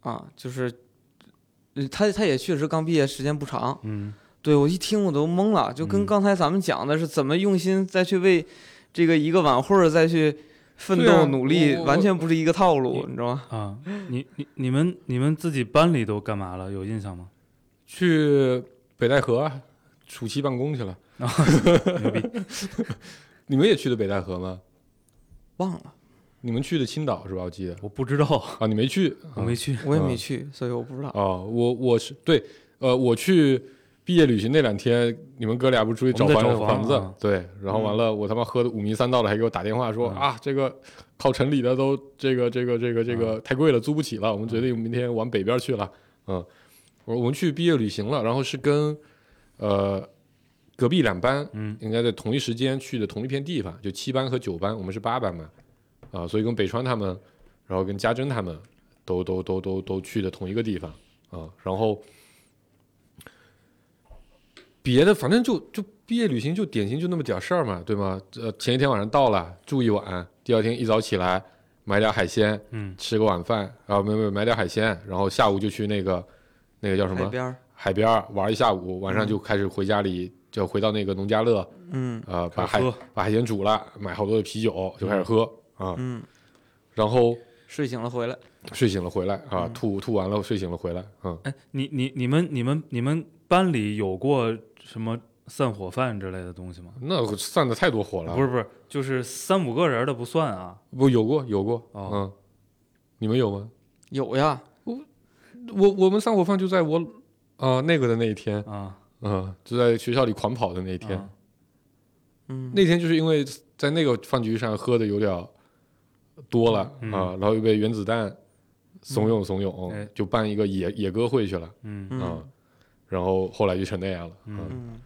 [SPEAKER 3] 啊，就是，呃他他也确实刚毕业时间不长，
[SPEAKER 4] 嗯，
[SPEAKER 3] 对我一听我都懵了，就跟
[SPEAKER 4] 嗯
[SPEAKER 3] 刚才咱们讲的是怎么用心再去为这个一个晚会儿再去奋
[SPEAKER 5] 对啊
[SPEAKER 3] 斗努力，
[SPEAKER 5] 我我
[SPEAKER 3] 完全不是一个套路
[SPEAKER 4] 我，
[SPEAKER 3] 你知道吗？
[SPEAKER 4] 啊，你你你们你们自己班里都干嘛了？有印象吗？
[SPEAKER 5] 去北戴河啊暑期办公去了，
[SPEAKER 4] 牛逼！
[SPEAKER 3] 哦
[SPEAKER 5] 你们也去的北戴河吗？
[SPEAKER 3] 忘了，
[SPEAKER 5] 你们去的青岛是吧？我记得
[SPEAKER 4] 我不知道，
[SPEAKER 5] 啊，你没去，
[SPEAKER 4] 我没去。
[SPEAKER 3] 我也
[SPEAKER 5] 嗯
[SPEAKER 3] 没去，所以我不知道。
[SPEAKER 5] 哦，我我是对，呃，我去毕业旅行那两天，你们哥俩不是出去
[SPEAKER 4] 我们在
[SPEAKER 5] 房
[SPEAKER 4] 找
[SPEAKER 5] 房
[SPEAKER 4] 房
[SPEAKER 5] 子？
[SPEAKER 4] 啊
[SPEAKER 5] 对，然后完了，我他妈喝的五迷三道的，还给我打电话说、
[SPEAKER 4] 嗯
[SPEAKER 5] 啊，这个靠城里的都这个这个这个这个、
[SPEAKER 4] 嗯
[SPEAKER 5] 太贵了，租不起了，我们决定明天往北边去了。嗯，我我们去毕业旅行了，然后是跟呃隔壁两班，
[SPEAKER 4] 嗯，
[SPEAKER 5] 应该在同一时间去的同一片地方，就七班和九班，我们是八班嘛，啊，所以跟北川他们，然后跟家珍他们都都都都都去的同一个地方啊，然后别的反正就就毕业旅行就典型就那么点儿事儿嘛，对吗？呃，前一天晚上到了住一晚，第二天一早起来买点海鲜，
[SPEAKER 4] 嗯，
[SPEAKER 5] 吃个晚饭，然后没没买点海鲜，然后下午就去那个那个叫什
[SPEAKER 3] 海
[SPEAKER 5] 么
[SPEAKER 3] 边儿，
[SPEAKER 5] 海边儿玩一下午，晚上就开始回家里，就回到那个农家乐，
[SPEAKER 3] 嗯
[SPEAKER 5] 呃，把
[SPEAKER 4] 开
[SPEAKER 5] 海
[SPEAKER 4] 始喝
[SPEAKER 5] 把海鲜煮了，买好多的啤酒就开始喝啊，
[SPEAKER 3] 嗯，
[SPEAKER 5] 然后
[SPEAKER 3] 睡醒了回来，
[SPEAKER 5] 睡醒了回来啊，
[SPEAKER 4] 嗯
[SPEAKER 5] 吐吐完了睡醒了回来，嗯，
[SPEAKER 4] 哎，你你你们你们你们班里有过什么散伙饭之类的东西吗？
[SPEAKER 5] 那散的太多火了，
[SPEAKER 4] 啊不是不是，就是三五个人的不算啊。
[SPEAKER 5] 不有过有过，
[SPEAKER 4] 哦
[SPEAKER 5] 嗯，你们有吗？
[SPEAKER 3] 有呀，
[SPEAKER 5] 我我们散伙饭就在我啊、那个的那一天，
[SPEAKER 4] 啊，
[SPEAKER 5] 嗯，就在学校里狂跑的那一天，
[SPEAKER 4] 啊
[SPEAKER 3] 嗯，
[SPEAKER 5] 那天就是因为在那个饭局上喝的有点多了、
[SPEAKER 4] 嗯
[SPEAKER 5] 啊，然后又被原子弹怂恿怂恿，
[SPEAKER 4] 哎
[SPEAKER 5] 就办一个野野歌会去了
[SPEAKER 4] 嗯，
[SPEAKER 5] 啊、
[SPEAKER 3] 嗯
[SPEAKER 5] 然后后来就成那样了。
[SPEAKER 4] 嗯
[SPEAKER 3] 嗯，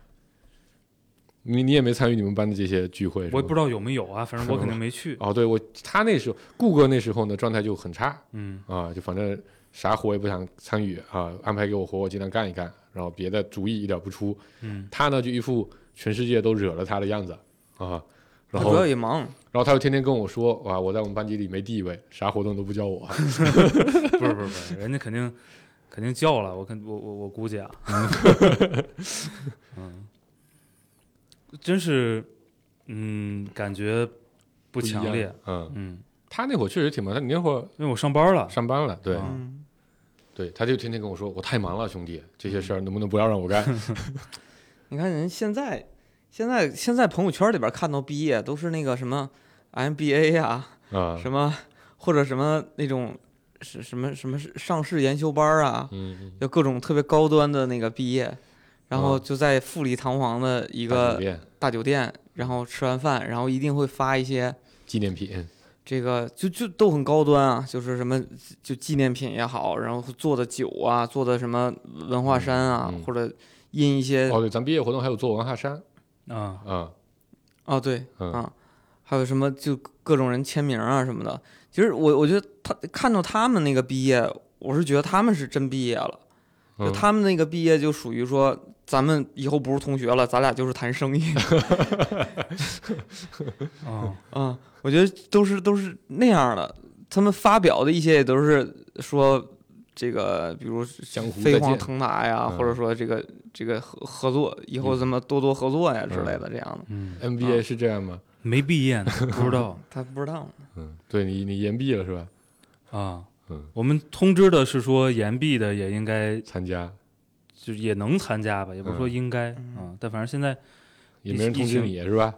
[SPEAKER 5] 你你也没参与你们班的这些聚会，
[SPEAKER 4] 我也不知
[SPEAKER 5] 道。
[SPEAKER 4] 道有没有啊，反正我肯定没去。
[SPEAKER 5] 哦，对我他那时候顾哥那时候呢状态就很差
[SPEAKER 4] 嗯
[SPEAKER 5] 啊，就反正啥活也不想参与啊，安排给我活我尽量干一干，然后别的主意一点不出。
[SPEAKER 4] 嗯，
[SPEAKER 5] 他呢就一副全世界都惹了他的样子啊，
[SPEAKER 3] 他
[SPEAKER 5] 然后
[SPEAKER 3] 主要也忙，
[SPEAKER 5] 然后他又天天跟我说，哇，我在我们班级里没地位，啥活动都不叫我。
[SPEAKER 4] 不是不是不是，人家肯定肯定叫了，我肯我我我估计 啊，嗯，真是，嗯，感觉不
[SPEAKER 5] 一
[SPEAKER 4] 强
[SPEAKER 5] 样
[SPEAKER 4] 烈，。
[SPEAKER 5] 嗯，
[SPEAKER 4] 嗯，
[SPEAKER 5] 他那会儿确实挺忙，他那会儿
[SPEAKER 4] 因为我上班了，
[SPEAKER 5] 上班了，对、
[SPEAKER 4] 啊
[SPEAKER 3] 嗯，
[SPEAKER 5] 对，他就天天跟我说，我太忙了，兄弟，这些事
[SPEAKER 3] 嗯
[SPEAKER 5] 儿能不能不要让我干？
[SPEAKER 3] 你看人现在，现在现在朋友圈里边看到毕业都是那个什么 MBA 呀、
[SPEAKER 5] 啊，
[SPEAKER 3] 什么或者什么那种是什么什么上市研修班儿啊，
[SPEAKER 5] 嗯，
[SPEAKER 3] 就各种特别高端的那个毕业，然后
[SPEAKER 5] 嗯
[SPEAKER 3] 就在富丽堂皇的一
[SPEAKER 5] 一
[SPEAKER 3] 个大酒店，然后吃完饭，然后一定会发一些
[SPEAKER 5] 纪念品，
[SPEAKER 3] 这个就就都很高端啊，就是什么就纪念品也好，然后做的酒啊，做的什么文化衫啊，
[SPEAKER 5] 嗯嗯
[SPEAKER 3] 或者印一些
[SPEAKER 5] 哦，对，咱毕业活动还有做文化衫
[SPEAKER 4] 啊，
[SPEAKER 5] 啊，
[SPEAKER 3] 哦，对，
[SPEAKER 5] 嗯
[SPEAKER 3] 啊，还有什么就各种人签名啊什么的。其实我我觉得他看到他们那个毕业，我是觉得他们是真毕业了，就
[SPEAKER 5] 嗯
[SPEAKER 3] 他们那个毕业就属于说咱们以后不是同学了，咱俩就是谈生 意
[SPEAKER 4] 啊，
[SPEAKER 3] 啊。我觉得都是都是那样的，他们发表的一些也都是说这个，比如
[SPEAKER 5] 江湖
[SPEAKER 3] 飞
[SPEAKER 5] 再
[SPEAKER 3] 黄
[SPEAKER 5] 见，
[SPEAKER 3] 腾达呀，
[SPEAKER 5] 嗯
[SPEAKER 3] 或者说这个这个合合作，以后
[SPEAKER 5] 嗯
[SPEAKER 3] 咱们多多合作呀之类的，这样的
[SPEAKER 4] 嗯，
[SPEAKER 5] NBA 是这样吗？
[SPEAKER 4] 没毕业呢，不知道
[SPEAKER 3] 他不知道。
[SPEAKER 5] 嗯，对你你延毕了是吧？
[SPEAKER 4] 啊
[SPEAKER 5] 嗯。
[SPEAKER 4] 我们通知的是说延毕的也应该
[SPEAKER 5] 参加
[SPEAKER 4] 就是也能参加吧，也不是说应该啊、
[SPEAKER 3] 嗯
[SPEAKER 4] 但反正现在
[SPEAKER 5] 也没人
[SPEAKER 4] 疫
[SPEAKER 5] 通知
[SPEAKER 4] 情
[SPEAKER 5] 你是 吧？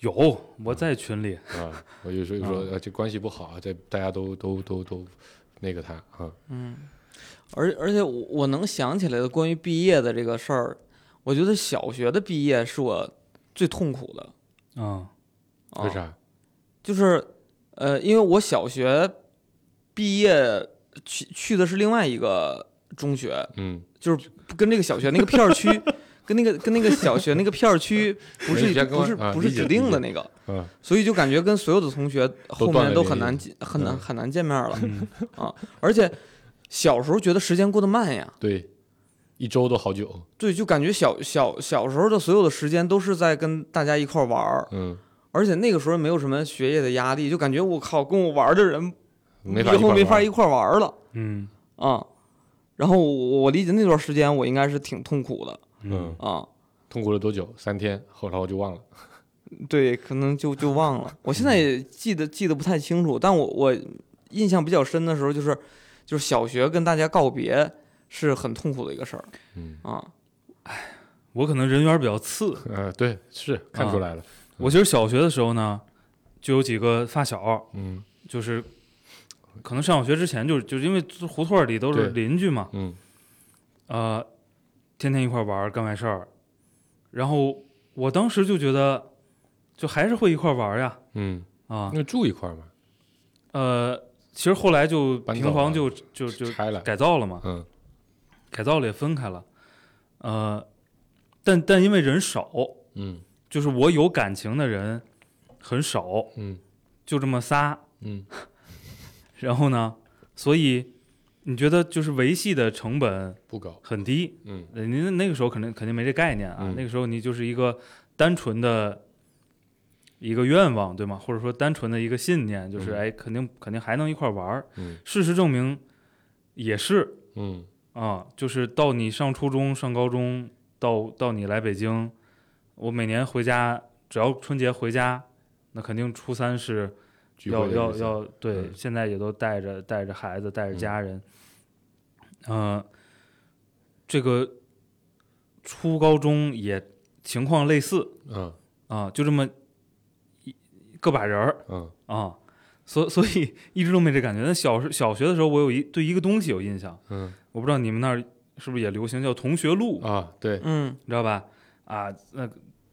[SPEAKER 4] 有
[SPEAKER 5] 嗯
[SPEAKER 4] 我在群里，
[SPEAKER 5] 啊，我就说
[SPEAKER 4] 嗯
[SPEAKER 5] 说呃这关系不好啊，这大家都都都都那个他啊，
[SPEAKER 3] 嗯，而而且我我能想起来的关于毕业的这个事儿，我觉得小学的毕业是我最痛苦的。
[SPEAKER 4] 嗯
[SPEAKER 3] 啊、
[SPEAKER 5] 为？啥？
[SPEAKER 4] 哦
[SPEAKER 3] 就是呃，因为我小学毕业去去的是另外一个中学，
[SPEAKER 5] 嗯，
[SPEAKER 3] 就是跟这个小学那个片儿区。跟那个跟那个小学那个片儿 区不
[SPEAKER 5] 你
[SPEAKER 3] 是
[SPEAKER 5] 先跟我
[SPEAKER 3] 不是
[SPEAKER 5] 啊
[SPEAKER 3] 不是
[SPEAKER 5] 理解
[SPEAKER 3] 指定的那个，
[SPEAKER 4] 哦
[SPEAKER 5] 啊，
[SPEAKER 3] 所以就感觉跟所有的同学后
[SPEAKER 5] 断了
[SPEAKER 3] 面都
[SPEAKER 5] 联
[SPEAKER 3] 很
[SPEAKER 5] 系
[SPEAKER 3] 难见很难
[SPEAKER 5] 嗯
[SPEAKER 3] 很难见面了
[SPEAKER 4] 嗯
[SPEAKER 3] 啊！而且小时候觉得时间过得慢呀，
[SPEAKER 5] 对，一周都好久，
[SPEAKER 3] 对，就感觉小小小时候的所有的时间都是在跟大家一块儿玩儿，
[SPEAKER 5] 嗯，
[SPEAKER 3] 而且那个时候没有什么学业的压力，就感觉我靠，跟我玩儿的人
[SPEAKER 5] 没法
[SPEAKER 3] 以后没法一
[SPEAKER 5] 一
[SPEAKER 3] 块儿玩儿了
[SPEAKER 4] 嗯
[SPEAKER 3] 啊、然后我我理解那段时间我应该是挺痛苦的
[SPEAKER 5] 嗯
[SPEAKER 4] 嗯，
[SPEAKER 3] 啊、
[SPEAKER 5] 痛苦了多久？三天，后来我就忘了。
[SPEAKER 3] 对，可能就就忘了，我现在也记得记得不太清楚，但我我印象比较深的时候就是就是小学跟大家告别是很痛苦的一个事儿
[SPEAKER 5] 嗯，
[SPEAKER 3] 啊、
[SPEAKER 4] 我可能人缘比较次，
[SPEAKER 5] 呃，对，是看
[SPEAKER 4] 啊
[SPEAKER 5] 出来了。
[SPEAKER 4] 我其实小学的时候呢，就有几个发小，
[SPEAKER 5] 嗯
[SPEAKER 4] 就是可能上小学之前就就是因为胡同里都是
[SPEAKER 5] 对
[SPEAKER 4] 邻居嘛，
[SPEAKER 5] 嗯
[SPEAKER 4] 呃，天天一块玩儿干坏事儿，然后我当时就觉得，就还是会一块玩儿呀，
[SPEAKER 5] 嗯，
[SPEAKER 4] 啊，
[SPEAKER 5] 那住一块儿嘛，
[SPEAKER 4] 呃，其实后来就
[SPEAKER 5] 搬走
[SPEAKER 4] 平房
[SPEAKER 5] 了
[SPEAKER 4] 就就就
[SPEAKER 5] 拆了。
[SPEAKER 4] 改造了嘛，
[SPEAKER 5] 嗯
[SPEAKER 4] 改造了也分开了，呃，但但因为人少，
[SPEAKER 5] 嗯
[SPEAKER 4] 就是我有感情的人很少，
[SPEAKER 5] 嗯
[SPEAKER 4] 就这么仨，
[SPEAKER 5] 嗯
[SPEAKER 4] 然后呢，所以你觉得就是维系的成本
[SPEAKER 5] 不高。
[SPEAKER 4] 很低，
[SPEAKER 5] 嗯
[SPEAKER 4] 呃您那个时候肯定肯定没这概念啊，
[SPEAKER 5] 嗯
[SPEAKER 4] 那个时候你就是一个单纯的一个愿望，对吗？或者说单纯的一个信念，就是、
[SPEAKER 5] 嗯
[SPEAKER 4] 哎，肯定肯定还能一块儿玩儿。
[SPEAKER 5] 嗯
[SPEAKER 4] 事实证明也是，
[SPEAKER 5] 嗯
[SPEAKER 4] 啊，就是到你上初中、上高中，到到你来北京，我每年回家，只要春节回家，那肯定初三是
[SPEAKER 5] 聚
[SPEAKER 4] 要
[SPEAKER 5] 会的
[SPEAKER 4] 要
[SPEAKER 5] 意思
[SPEAKER 4] 要对，
[SPEAKER 5] 嗯
[SPEAKER 4] 现在也都带着带着孩子，带着家人，嗯、这个初高中也情况类似
[SPEAKER 5] 嗯
[SPEAKER 4] 啊，就这么一个把人儿
[SPEAKER 5] 嗯
[SPEAKER 4] 啊，所所以 一直都没这感觉。但小时小学的时候，我有一对一个东西有印象。
[SPEAKER 5] 嗯
[SPEAKER 4] 我不知道你们那儿是不是也流行叫同学录，
[SPEAKER 5] 啊，对，
[SPEAKER 3] 嗯，
[SPEAKER 4] 你知道吧？啊，那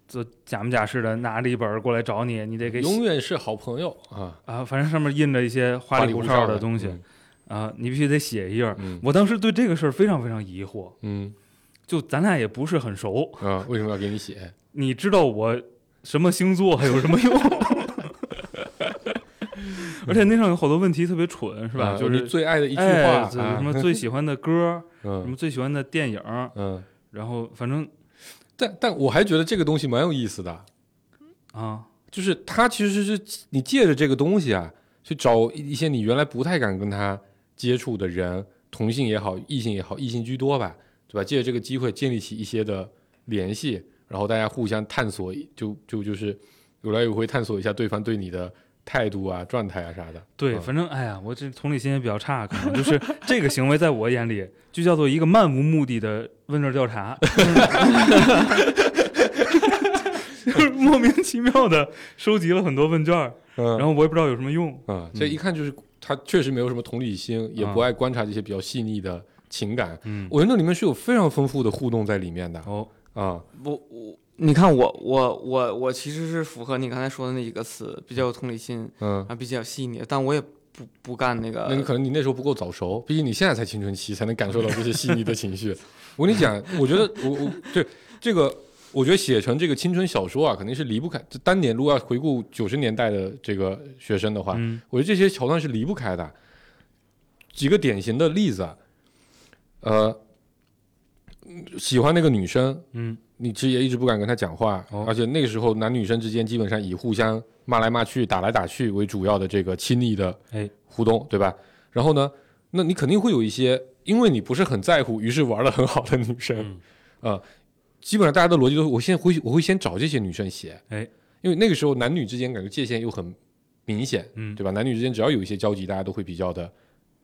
[SPEAKER 4] 这假模假式的拿着一本儿过来找你，你得给
[SPEAKER 5] 永远是好朋友啊，
[SPEAKER 4] 啊，反正上面印着一些花
[SPEAKER 5] 花
[SPEAKER 4] 里
[SPEAKER 5] 胡
[SPEAKER 4] 胡哨
[SPEAKER 5] 的
[SPEAKER 4] 的东西、。啊，你必须得写一页儿。
[SPEAKER 5] 嗯
[SPEAKER 4] 我当时对这个事儿非常非常疑惑，
[SPEAKER 5] 嗯
[SPEAKER 4] 就咱俩也不是很熟，
[SPEAKER 5] 嗯啊，为什么要给你写？
[SPEAKER 4] 你知道我什么星座有什么用？ 而且那上有好多问题特别蠢，是吧？
[SPEAKER 5] 啊
[SPEAKER 4] 就
[SPEAKER 5] 你
[SPEAKER 4] 是
[SPEAKER 5] 最爱的一句
[SPEAKER 4] 哎
[SPEAKER 5] 话，
[SPEAKER 4] 这
[SPEAKER 5] 啊
[SPEAKER 4] 什么最喜欢的歌，什么
[SPEAKER 5] 嗯
[SPEAKER 4] 最喜欢的电影儿，
[SPEAKER 5] 嗯。
[SPEAKER 4] 然后反正
[SPEAKER 5] 但但我还觉得这个东西蛮有意思的，
[SPEAKER 4] 啊，
[SPEAKER 5] 就是它其实是你借着这个东西啊，去找一一些你原来不太敢跟他接触的人，同性也好，异性也好，异性居多吧，对吧？借着这个机会建立起一些的联系，然后大家互相探索，就就就是有来有回探索一下对方对你的态度啊、状态啊啥的。
[SPEAKER 4] 对，
[SPEAKER 5] 嗯
[SPEAKER 4] 反正哎呀，我这同理心也比较差，可能就是这个行为在我眼里就叫做一个漫无目的的问卷调查， 就是莫名其妙的收集了很多问卷儿，
[SPEAKER 5] 嗯，
[SPEAKER 4] 然后我也不知道有什么用。
[SPEAKER 5] 啊，这一看就是他确实没有什么同理心，也不爱观察这些比较细腻的情感。
[SPEAKER 4] 嗯，
[SPEAKER 5] 我觉得那里面是有非常丰富的互动在里面的
[SPEAKER 4] 哦，
[SPEAKER 5] 啊，
[SPEAKER 3] 我我你看我我我我其实是符合你刚才说的那几个词，比较有同理心，
[SPEAKER 5] 嗯，
[SPEAKER 3] 啊，比较细腻，但我也不不干那个。
[SPEAKER 5] 那你可能你那时候不够早熟，毕竟你现在才青春期，才能感受到这些细腻的 情绪。我跟你讲，我觉得我我对这个，我觉得写成这个青春小说啊，肯定是离不开。就当年如果要回顾九十年代的这个学生的话，
[SPEAKER 4] 嗯
[SPEAKER 5] 我觉得这些桥段是离不开的。几个典型的例子啊，呃，喜欢那个女生，
[SPEAKER 4] 嗯，
[SPEAKER 5] 你其实也一直不敢跟她讲话，
[SPEAKER 4] 哦
[SPEAKER 5] 而且那个时候男女生之间基本上以互相骂来骂去、打来打去为主要的这个亲密的
[SPEAKER 4] 哎
[SPEAKER 5] 互动，对吧？然后呢，那你肯定会有一些，因为你不是很在乎，于是玩的很好的女生，
[SPEAKER 4] 嗯
[SPEAKER 5] 呃，基本上大家的逻辑都是，我现在会我会先找这些女生写，
[SPEAKER 4] 哎，
[SPEAKER 5] 因为那个时候男女之间感觉界限又很明显，
[SPEAKER 4] 嗯
[SPEAKER 5] 对吧？男女之间只要有一些交集，大家都会比较的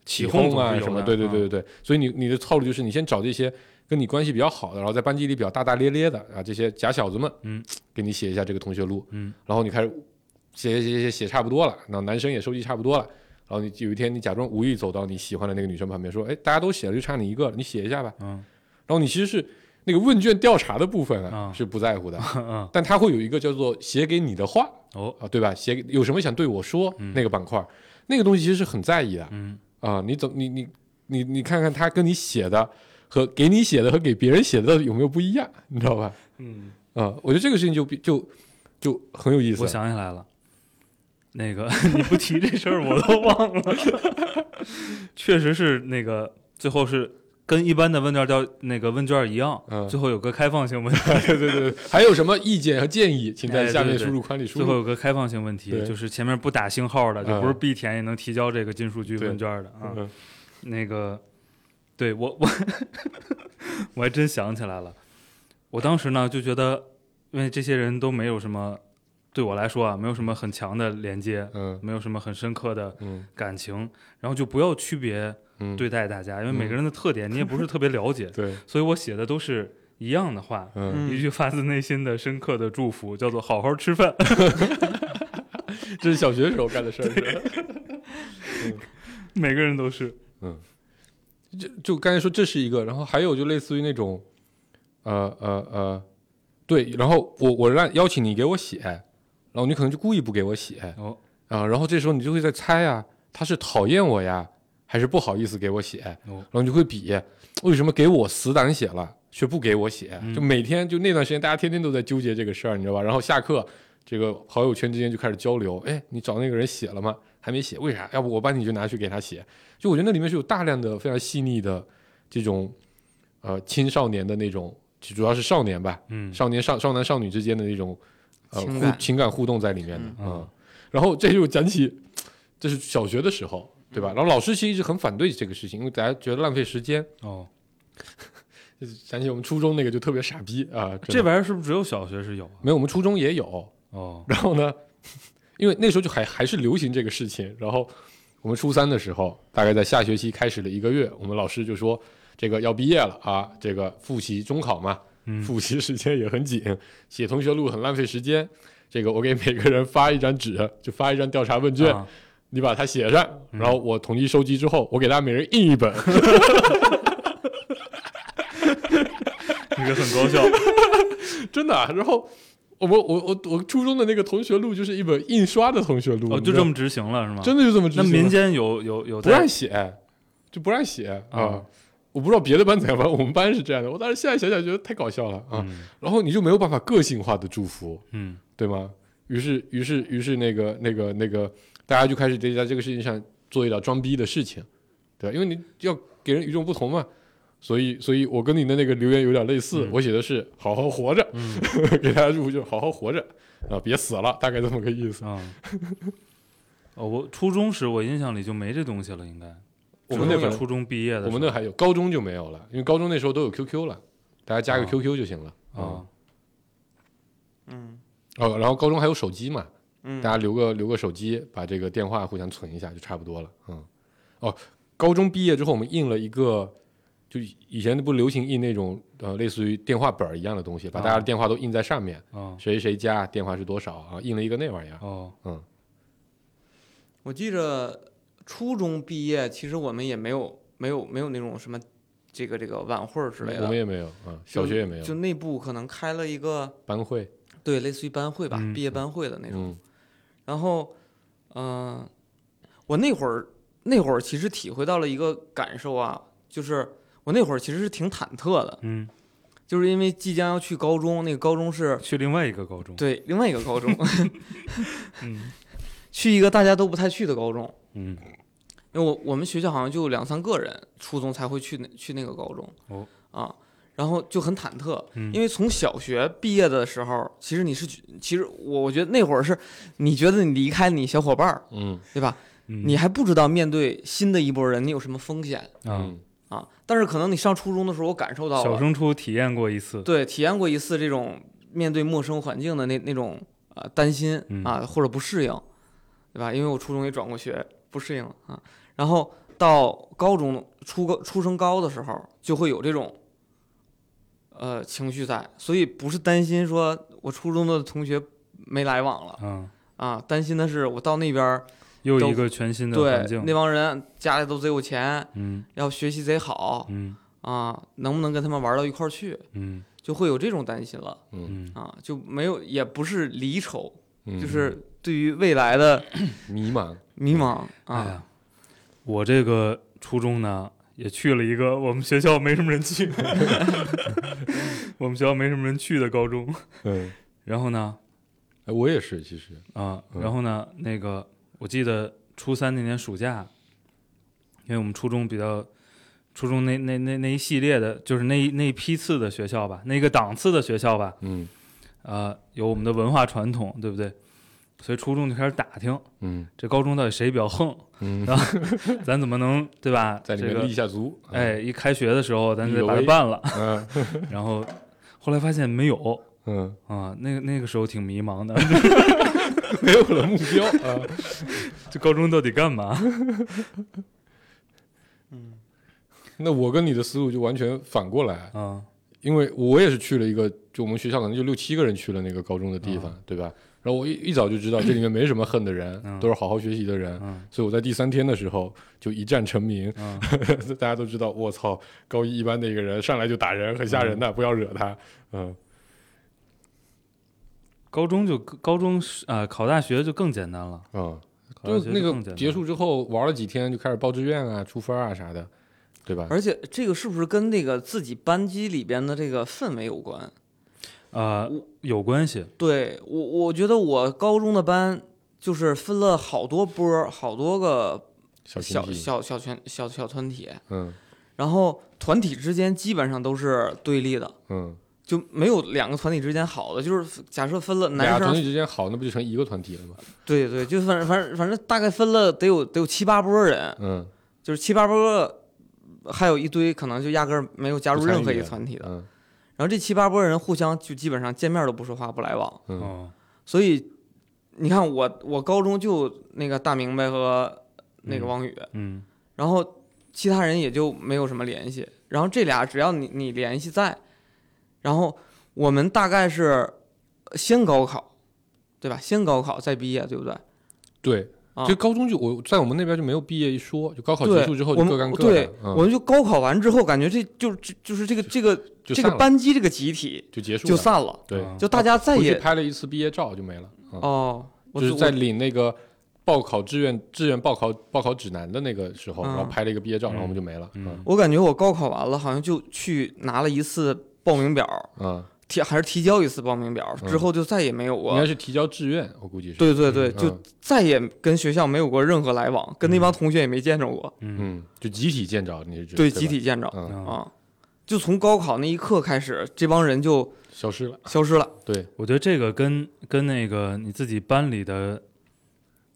[SPEAKER 5] 起
[SPEAKER 4] 哄
[SPEAKER 5] 哄
[SPEAKER 4] 总
[SPEAKER 5] 啊
[SPEAKER 4] 是有
[SPEAKER 5] 什么，
[SPEAKER 4] 的
[SPEAKER 5] 对对对对对。所以你你的套路就是你先找这些跟你关系比较好的，然后在班级里比较大大咧咧的啊这些假小子们，
[SPEAKER 4] 嗯，
[SPEAKER 5] 给你写一下这个同学录，
[SPEAKER 4] 嗯，
[SPEAKER 5] 然后你开始写写写写写差不多了，那男生也收集差不多了。然后你有一天，你假装无意走到你喜欢的那个女生旁边，说：“哎，大家都写了，就差你一个了，你写一下吧。”
[SPEAKER 4] 嗯
[SPEAKER 5] 然后你其实是那个问卷调查的部分
[SPEAKER 4] 啊
[SPEAKER 5] 啊，是不在 乎的，
[SPEAKER 4] 嗯
[SPEAKER 5] 但它会有一个叫做写给你的话
[SPEAKER 4] 哦
[SPEAKER 5] 啊，对吧？写给有什么想对我说、那个板块，那个东西其实是很在意的啊、
[SPEAKER 4] 嗯
[SPEAKER 5] 你怎你你你你看看他跟你写的和给你写的和给别人写的到底有没有不一样，你知道吧？
[SPEAKER 4] 嗯，
[SPEAKER 5] 啊、我觉得这个事情就比就就很有意思
[SPEAKER 4] 我。想起来了，那个 你不提这事儿我都忘了， 确实是那个最后是跟一般的问卷调那个问卷一样，
[SPEAKER 5] 嗯
[SPEAKER 4] 最后有个开放性问题，
[SPEAKER 5] 对对对，对还有什么意见和建议，请
[SPEAKER 4] 哎
[SPEAKER 5] 在
[SPEAKER 4] 对
[SPEAKER 5] 下面
[SPEAKER 4] 对
[SPEAKER 5] 输入框里输
[SPEAKER 4] 最
[SPEAKER 5] 入。
[SPEAKER 4] 后有个开放性问题，
[SPEAKER 5] 对
[SPEAKER 4] 就是前面不打星号的，就
[SPEAKER 5] 嗯
[SPEAKER 4] 不是必填也能提交这个金数据
[SPEAKER 5] 对
[SPEAKER 4] 问卷的啊。
[SPEAKER 5] 嗯
[SPEAKER 4] 那个，对我 我我还真想起来了，我当时呢就觉得，因为这些人都没有什么，对我来说啊，没有什么很强的连接，呃
[SPEAKER 5] 嗯
[SPEAKER 4] 没有什么很深刻的
[SPEAKER 5] 嗯
[SPEAKER 4] 感情，然后就不要区别
[SPEAKER 5] 嗯，
[SPEAKER 4] 对待大家，因为
[SPEAKER 5] 嗯
[SPEAKER 4] 每个人的特点你也不是特别了解，
[SPEAKER 5] 对，
[SPEAKER 4] 所以我写的都是一样的话。
[SPEAKER 5] 嗯，
[SPEAKER 4] 一
[SPEAKER 3] 嗯
[SPEAKER 4] 句发自内心的、深刻的祝福，叫做“好好吃饭
[SPEAKER 5] 这是小学时候干的事儿是吧。”，
[SPEAKER 4] 每个人都是。
[SPEAKER 5] 就就刚才说这是一个，然后还有就类似于那种，呃呃呃，对，然后我我让邀请你给我写，然后你可能就故意不给我写啊、
[SPEAKER 4] 哦，
[SPEAKER 5] 然后这时候你就会在猜啊，他是讨厌我呀，还是不好意思给我写，
[SPEAKER 4] 哦
[SPEAKER 5] 然后你就会比为什么给我死胆写了，却不给我写，
[SPEAKER 4] 嗯
[SPEAKER 5] 就每天就那段时间大家天天都在纠结这个事儿，你知道吧？然后下课这个好友圈之间就开始交流，哎，你找那个人写了吗？还没写，为啥？要不我把你就拿去给他写。就我觉得那里面是有大量的非常细腻的这种呃青少年的那种，就主要是少年吧，
[SPEAKER 4] 嗯，
[SPEAKER 5] 少年少少男少女之间的那种呃
[SPEAKER 3] 情
[SPEAKER 5] 互
[SPEAKER 3] 感
[SPEAKER 5] 情感互动在里面的
[SPEAKER 3] 嗯
[SPEAKER 5] 嗯然后这就讲起，这是小学的时候，对
[SPEAKER 4] 嗯
[SPEAKER 5] 吧？然后老师其实一直很反对这个事情，因为大家觉得浪费时间。
[SPEAKER 4] 哦，
[SPEAKER 5] 就是想起我们初中那个就特别傻逼啊，真的
[SPEAKER 4] 这玩意儿是不是只有小学是有啊？
[SPEAKER 5] 没有，我们初中也有。
[SPEAKER 4] 哦，
[SPEAKER 5] 然后呢， 因为那时候就还还是流行这个事情。然后我们初三的时候，大概在下学期开始的一个月，我们老师就说这个要毕业了啊，这个复习中考嘛，
[SPEAKER 4] 嗯
[SPEAKER 5] 复习时间也很紧，写同学录很浪费时间。这个我给每个人发一张纸，就发一张调查问卷，
[SPEAKER 4] 啊嗯
[SPEAKER 5] 你把它写上，然后我统计收集之后，我给大家每人印一本。
[SPEAKER 4] 这个很高 效。
[SPEAKER 5] 真的、啊。然后我们我我我初中的那个同学录就是一本印刷的同学录，
[SPEAKER 4] 哦，
[SPEAKER 5] 你
[SPEAKER 4] 就
[SPEAKER 5] 知道
[SPEAKER 4] 这
[SPEAKER 5] 吗
[SPEAKER 4] 么执行了是吗？
[SPEAKER 5] 真的就这么执
[SPEAKER 4] 那
[SPEAKER 5] 行
[SPEAKER 4] 民
[SPEAKER 5] 了
[SPEAKER 4] 间有有有
[SPEAKER 5] 不让
[SPEAKER 4] 在
[SPEAKER 5] 写，就不让写啊。
[SPEAKER 4] 啊
[SPEAKER 5] 我不知道别的班怎样，反正我们班是这样的。我当时现在想想觉得太搞笑了啊。
[SPEAKER 4] 嗯
[SPEAKER 5] 然后你就没有办法个性化的祝福，
[SPEAKER 4] 嗯
[SPEAKER 5] 对吗？于是于是于是那个那个那个大家就开始在在这个事情上做一点装逼的事情，对吧？因为你要给人与众不同嘛。所以，所以我跟你的那个留言有点类似，
[SPEAKER 4] 嗯
[SPEAKER 5] 我写的是“好好活着”，
[SPEAKER 4] 嗯
[SPEAKER 5] 给大家祝福就是“好好活着”，啊，别死了，大概这么个意思。
[SPEAKER 4] 啊。哦，我初中时我印象里就没这东西了，应该。
[SPEAKER 5] 我们那
[SPEAKER 4] 只有
[SPEAKER 5] 本
[SPEAKER 4] 初中毕业的时
[SPEAKER 5] 我
[SPEAKER 4] 候，
[SPEAKER 5] 们那还有，高中就没有了，因为高中那时候都有 QQ 了，大家加个
[SPEAKER 4] 啊
[SPEAKER 5] QQ 就行了。
[SPEAKER 4] 啊，
[SPEAKER 3] 嗯
[SPEAKER 5] 哦，然后高中还有手机嘛，
[SPEAKER 3] 嗯
[SPEAKER 5] 大家留个留个手机，把这个电话互相存一下就差不多了。嗯，哦，高中毕业之后，我们印了一个，就以前不流行印那种呃类似于电话本儿一样的东西，把大家
[SPEAKER 3] 啊
[SPEAKER 5] 的电话都印在上面，
[SPEAKER 4] 啊
[SPEAKER 5] 谁谁家电话是多少啊，印了一个那玩意儿。
[SPEAKER 4] 哦
[SPEAKER 3] 我记着初中毕业，其实我们也没有没有没有那种什么这个这个晚会儿之类
[SPEAKER 5] 我们
[SPEAKER 3] 的，
[SPEAKER 5] 也没有啊，小学也没有
[SPEAKER 3] 就内部可能开了一个
[SPEAKER 5] 班会，
[SPEAKER 3] 对类似于班会吧，
[SPEAKER 4] 嗯
[SPEAKER 3] 毕业班会的那种。
[SPEAKER 5] 嗯
[SPEAKER 3] 然后，嗯、我那会儿那会儿其实体会到了一个感受啊，就是我那会儿其实是挺忐忑的，
[SPEAKER 4] 嗯，
[SPEAKER 3] 就是因为即将要去高中，那个高中是
[SPEAKER 4] 去另外一个高中。
[SPEAKER 3] 对另外一个高中，
[SPEAKER 4] 嗯
[SPEAKER 3] 去一个大家都不太去的高中。
[SPEAKER 4] 嗯
[SPEAKER 3] 因为我我们学校好像就两三个人，初中才会去那去那个高中。
[SPEAKER 4] 哦，
[SPEAKER 3] 啊，然后就很忐忑，
[SPEAKER 4] 嗯
[SPEAKER 3] 因为从小学毕业的时候，其实你是，其实我我觉得那会儿是，你觉得你离开你小伙伴儿，
[SPEAKER 5] 嗯
[SPEAKER 3] 对吧？
[SPEAKER 4] 嗯
[SPEAKER 3] 你还不知道面对新的一波人你有什么风险
[SPEAKER 5] 嗯
[SPEAKER 4] 啊，
[SPEAKER 3] 啊，但是可能你上初中的时候，我感受到
[SPEAKER 4] 小
[SPEAKER 3] 了，
[SPEAKER 4] 升初体验过一次，
[SPEAKER 3] 对，体验过一次这种面对陌生环境的那那种呃担心
[SPEAKER 4] 嗯
[SPEAKER 3] 啊或者不适应，对吧？因为我初中也转过学，不适应了啊。然后到高中初高初升高的时候，就会有这种呃情绪在，所以不是担心说我初中的同学没来往了
[SPEAKER 4] 嗯，
[SPEAKER 3] 啊，担心的是我到那边儿
[SPEAKER 4] 又
[SPEAKER 3] 都
[SPEAKER 4] 一个全新的
[SPEAKER 3] 对
[SPEAKER 4] 环境
[SPEAKER 3] 那，帮人家里都贼有钱，
[SPEAKER 4] 嗯
[SPEAKER 3] 要学习贼好
[SPEAKER 4] 嗯
[SPEAKER 3] 啊，能不能跟他们玩到一块儿去，
[SPEAKER 4] 嗯
[SPEAKER 3] 就会有这种担心了。
[SPEAKER 5] 嗯
[SPEAKER 4] 嗯
[SPEAKER 3] 啊，就没有，也不是离愁，
[SPEAKER 5] 嗯，
[SPEAKER 3] 就是对于未来的
[SPEAKER 5] 迷 茫，
[SPEAKER 3] 迷茫
[SPEAKER 4] 哎
[SPEAKER 3] 啊。
[SPEAKER 4] 呀，我这个初中呢，也去了一个我们学校没什么人去，我们学校没什么人去的高中。
[SPEAKER 5] 嗯，
[SPEAKER 4] 然后呢，
[SPEAKER 5] 哎，我也是，其实，
[SPEAKER 4] 啊，
[SPEAKER 5] 嗯
[SPEAKER 4] 然后呢，那个我记得初三那年暑假，因为我们初中比较，初中那那那那一系列的，就是那一那一批次的学校吧，那个档次的学校吧，
[SPEAKER 5] 嗯
[SPEAKER 4] 呃，有我们的文化传统，对不对？所以初中就开始打听，
[SPEAKER 5] 嗯
[SPEAKER 4] 这高中到底谁比较横，
[SPEAKER 5] 嗯，
[SPEAKER 4] 咱怎么能对吧？
[SPEAKER 5] 在里
[SPEAKER 4] 这
[SPEAKER 5] 面
[SPEAKER 4] 个
[SPEAKER 5] 立下足，
[SPEAKER 4] 哎，一开学的时候咱就
[SPEAKER 5] 立
[SPEAKER 4] 得
[SPEAKER 5] 个
[SPEAKER 4] 把它
[SPEAKER 5] 威
[SPEAKER 4] 办了，
[SPEAKER 5] 嗯
[SPEAKER 4] 然后后来发现没有
[SPEAKER 5] 嗯，
[SPEAKER 4] 啊，那个那个时候挺迷茫的，
[SPEAKER 5] 没有了目标啊，
[SPEAKER 4] 这高中到底干嘛？
[SPEAKER 5] 那我跟你的思路就完全反过来，
[SPEAKER 4] 啊，
[SPEAKER 5] 因为我也是去了一个，就我们学校可能就六七个人去了那个高中的地方，对吧？然后我一一早就知道这里面没什么恨的人，
[SPEAKER 4] 嗯
[SPEAKER 5] 都是好好学习的人，
[SPEAKER 4] 嗯
[SPEAKER 5] 所以我在第三天的时候就一战成名，
[SPEAKER 4] 嗯
[SPEAKER 5] 大家都知道，我操，高一一班的一个人上来就打人，很吓人的，不要惹他。嗯
[SPEAKER 4] 高中就高中是啊、考大学就更简单了，
[SPEAKER 5] 啊，
[SPEAKER 4] 考
[SPEAKER 5] 就
[SPEAKER 4] 大学
[SPEAKER 5] 那
[SPEAKER 4] 更简
[SPEAKER 5] 个
[SPEAKER 4] 单
[SPEAKER 5] 结束之后玩了几天，就开始报志愿啊、出分啊啥的，对吧？
[SPEAKER 3] 而且这个是不是跟那个自己班级里边的这个氛围有关？
[SPEAKER 4] 啊、有关系，
[SPEAKER 3] 对我，我觉得我高中的班就是分了好多波儿，好多个
[SPEAKER 5] 小群
[SPEAKER 3] 小
[SPEAKER 5] 体，
[SPEAKER 3] 小小圈小小团体，
[SPEAKER 5] 嗯
[SPEAKER 3] 然后团体之间基本上都是对立的，
[SPEAKER 5] 嗯，
[SPEAKER 3] 就没有两个团体之间好的。就是假设分了
[SPEAKER 5] 俩
[SPEAKER 3] 男
[SPEAKER 5] 团体
[SPEAKER 3] 生，
[SPEAKER 5] 之间好，那不就成一个团体了吗？
[SPEAKER 3] 对对，就反正反正反正大概分了得有得有七八波人，
[SPEAKER 5] 嗯，
[SPEAKER 3] 就是七八波个，还有一堆可能就压根儿没有加入
[SPEAKER 5] 不参
[SPEAKER 3] 任何
[SPEAKER 5] 与
[SPEAKER 3] 一
[SPEAKER 5] 的
[SPEAKER 3] 个团体的。
[SPEAKER 5] 嗯
[SPEAKER 3] 然后这七八波人互相就基本上见面都不说话，不来往。
[SPEAKER 5] 嗯
[SPEAKER 4] 哦，
[SPEAKER 3] 所以你看我，我高中就那个大明白和那个王宇，
[SPEAKER 4] 嗯
[SPEAKER 3] 然后其他人也就没有什么联系。然后这俩只要你你联系在，然后我们大概是先高考，对吧？先高考再毕业，对不对？
[SPEAKER 5] 对。
[SPEAKER 3] 啊
[SPEAKER 5] 就高中就我在我们那边就没有毕业一说，就高考
[SPEAKER 3] 对
[SPEAKER 5] 结束之后就
[SPEAKER 3] 我们
[SPEAKER 5] 各干各
[SPEAKER 3] 对
[SPEAKER 5] 的，，
[SPEAKER 3] 我
[SPEAKER 5] 嗯，
[SPEAKER 3] 们就高考完之后，感觉这就就就是这个这个
[SPEAKER 5] 就
[SPEAKER 3] 这
[SPEAKER 5] 散
[SPEAKER 3] 个
[SPEAKER 5] 了
[SPEAKER 3] 班级这个集体
[SPEAKER 5] 就结束
[SPEAKER 3] 就
[SPEAKER 5] 了，
[SPEAKER 3] 散了，
[SPEAKER 5] 对，
[SPEAKER 4] 啊
[SPEAKER 3] 就大家再
[SPEAKER 5] 哦回去
[SPEAKER 3] 也
[SPEAKER 5] 拍了一次毕业照就没了，嗯
[SPEAKER 3] 哦，我
[SPEAKER 5] 就是
[SPEAKER 3] 我
[SPEAKER 5] 在领那个报考志愿志愿报考报考指南的那个时候，
[SPEAKER 3] 嗯
[SPEAKER 5] 然后拍了一个毕业照，
[SPEAKER 4] 嗯
[SPEAKER 5] 然后我们就没了。
[SPEAKER 4] 嗯
[SPEAKER 3] 我感觉我高考完了，好像就去拿了一次报名表，
[SPEAKER 5] 嗯，
[SPEAKER 3] 提还是提交一次报名表，之
[SPEAKER 5] 嗯
[SPEAKER 3] 后就再也没有过。
[SPEAKER 5] 应该是提交志愿，我估计是。
[SPEAKER 3] 对对对，
[SPEAKER 5] 嗯
[SPEAKER 3] 就再也跟学校没有过任何来往，跟那帮同学也没见着过，
[SPEAKER 4] 嗯
[SPEAKER 5] 嗯，就集体见着，你是指
[SPEAKER 3] 对，
[SPEAKER 5] 吧
[SPEAKER 3] 集体见着
[SPEAKER 5] 嗯
[SPEAKER 4] 啊
[SPEAKER 3] 啊。就从高考那一刻开始，这帮人就
[SPEAKER 5] 消失了。
[SPEAKER 3] 消失了。
[SPEAKER 5] 对，
[SPEAKER 4] 我觉得这个跟跟那个你自己班里的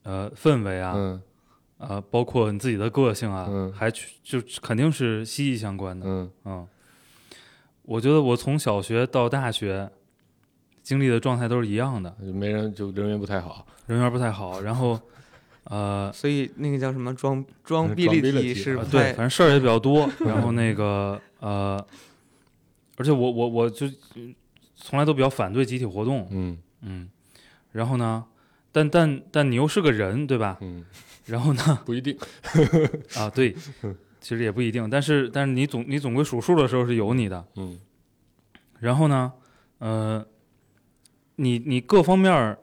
[SPEAKER 4] 呃氛围啊，
[SPEAKER 5] 嗯
[SPEAKER 4] 呃，包括你自己的个性啊，
[SPEAKER 5] 嗯
[SPEAKER 4] 还去就肯定是息息相关的。
[SPEAKER 5] 嗯
[SPEAKER 4] 嗯，我觉得我从小学到大学经历的状态都是一样的，
[SPEAKER 5] 就没人就人缘不太好，
[SPEAKER 4] 人缘不太好，然后呃
[SPEAKER 3] 所以那个叫什么装装
[SPEAKER 5] 嗯
[SPEAKER 3] 逼力
[SPEAKER 5] 装逼
[SPEAKER 3] 体
[SPEAKER 5] 力
[SPEAKER 3] 是
[SPEAKER 5] 体
[SPEAKER 3] 不
[SPEAKER 4] 啊，
[SPEAKER 3] 太
[SPEAKER 4] 对，反正事儿也比较多，然后那个呃，而且我我我就嗯从来都比较反对集体活动，
[SPEAKER 5] 嗯
[SPEAKER 4] 嗯，然后呢，但但但你又是个人，对吧？
[SPEAKER 5] 嗯，
[SPEAKER 4] 然后呢，
[SPEAKER 5] 不一定，
[SPEAKER 4] 啊，对，其实也不一定，但是但是你总你总归数数的时候是有你的，
[SPEAKER 5] 嗯
[SPEAKER 4] 然后呢，呃，你你各方面儿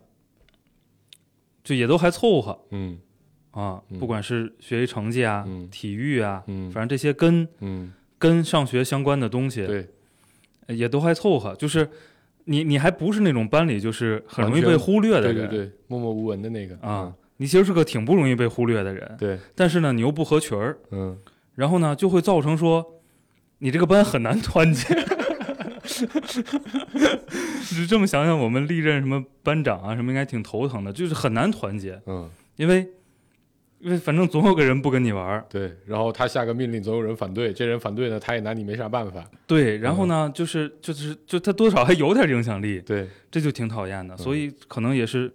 [SPEAKER 4] 就也都还凑合
[SPEAKER 5] 嗯
[SPEAKER 4] 啊，不
[SPEAKER 5] 嗯
[SPEAKER 4] 管是学习成绩啊、
[SPEAKER 5] 嗯
[SPEAKER 4] 体育啊，
[SPEAKER 5] 嗯
[SPEAKER 4] 反正这些跟
[SPEAKER 5] 嗯，
[SPEAKER 4] 跟上学相关的东西，
[SPEAKER 5] 对，
[SPEAKER 4] 呃也都还凑合。就是你你还不是那种班里就是很容易
[SPEAKER 5] 完全
[SPEAKER 4] 被忽略的
[SPEAKER 5] 对
[SPEAKER 4] 人
[SPEAKER 5] 对对，默默无闻的那个
[SPEAKER 4] 啊，，你其实是个挺不容易被忽略的人
[SPEAKER 5] 嗯，对，
[SPEAKER 4] 但是呢，你又不合群儿，
[SPEAKER 5] 嗯
[SPEAKER 4] 然后呢，就会造成说你这个班很难团结。 就这么想想，我们历任什么班长啊什么，应该挺头疼的，就是很难团结，
[SPEAKER 5] 嗯，
[SPEAKER 4] 因为因为反正总有个人不跟你玩儿，
[SPEAKER 5] 对。然后他下个命令，总有人反对，这人反对呢，他也拿你没啥办法。
[SPEAKER 4] 对，然后呢，就是就是就他多少还有点影响力，
[SPEAKER 5] 对，
[SPEAKER 4] 这就挺讨厌的，
[SPEAKER 5] 嗯
[SPEAKER 4] 所以可能也是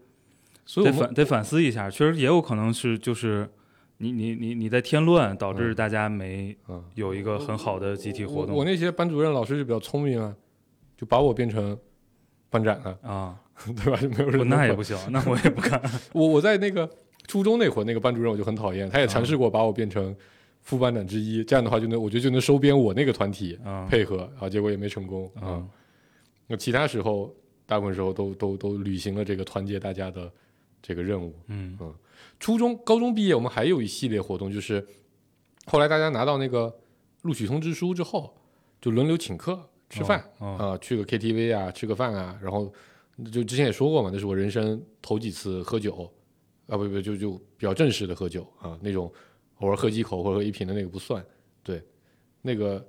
[SPEAKER 5] 所以
[SPEAKER 4] 得
[SPEAKER 5] 我们
[SPEAKER 4] 反得反思一下，确实也有可能是就是你你你你在添乱，导致
[SPEAKER 5] 嗯
[SPEAKER 4] 大家没
[SPEAKER 5] 嗯
[SPEAKER 4] 有一个很好的集体活
[SPEAKER 5] 我我
[SPEAKER 4] 动
[SPEAKER 5] 那些班主任老师就比较聪明啊，就把我变成班长了，
[SPEAKER 4] 啊，
[SPEAKER 5] 对吧？就没有
[SPEAKER 4] 不
[SPEAKER 5] 人
[SPEAKER 4] 那也
[SPEAKER 5] 管
[SPEAKER 4] 不行，那我也不 敢，
[SPEAKER 5] 我我在那个初中那会儿，那个班主任我就很讨厌，他也
[SPEAKER 4] 啊
[SPEAKER 5] 尝试过把我变成副班长之一，这样的话就能我觉得就能收编我那个团体
[SPEAKER 4] 啊
[SPEAKER 5] 配合啊，结果也没成功啊
[SPEAKER 4] 啊。
[SPEAKER 5] 那其他时候，大部分时候都都都履行了这个团结大家的这个任务。
[SPEAKER 4] 嗯
[SPEAKER 5] 初中、高中毕业，我们还有一系列活动，就是后来大家拿到那个录取通知书之后，就轮流请客吃饭
[SPEAKER 4] 哦
[SPEAKER 5] 啊，去个 KTV 啊，吃个饭啊，然后就之前也说过嘛，那是我人生头几次喝酒，啊不不就就比较正式的喝酒啊，那种偶尔喝几口或者喝一瓶的那个不算，对，那个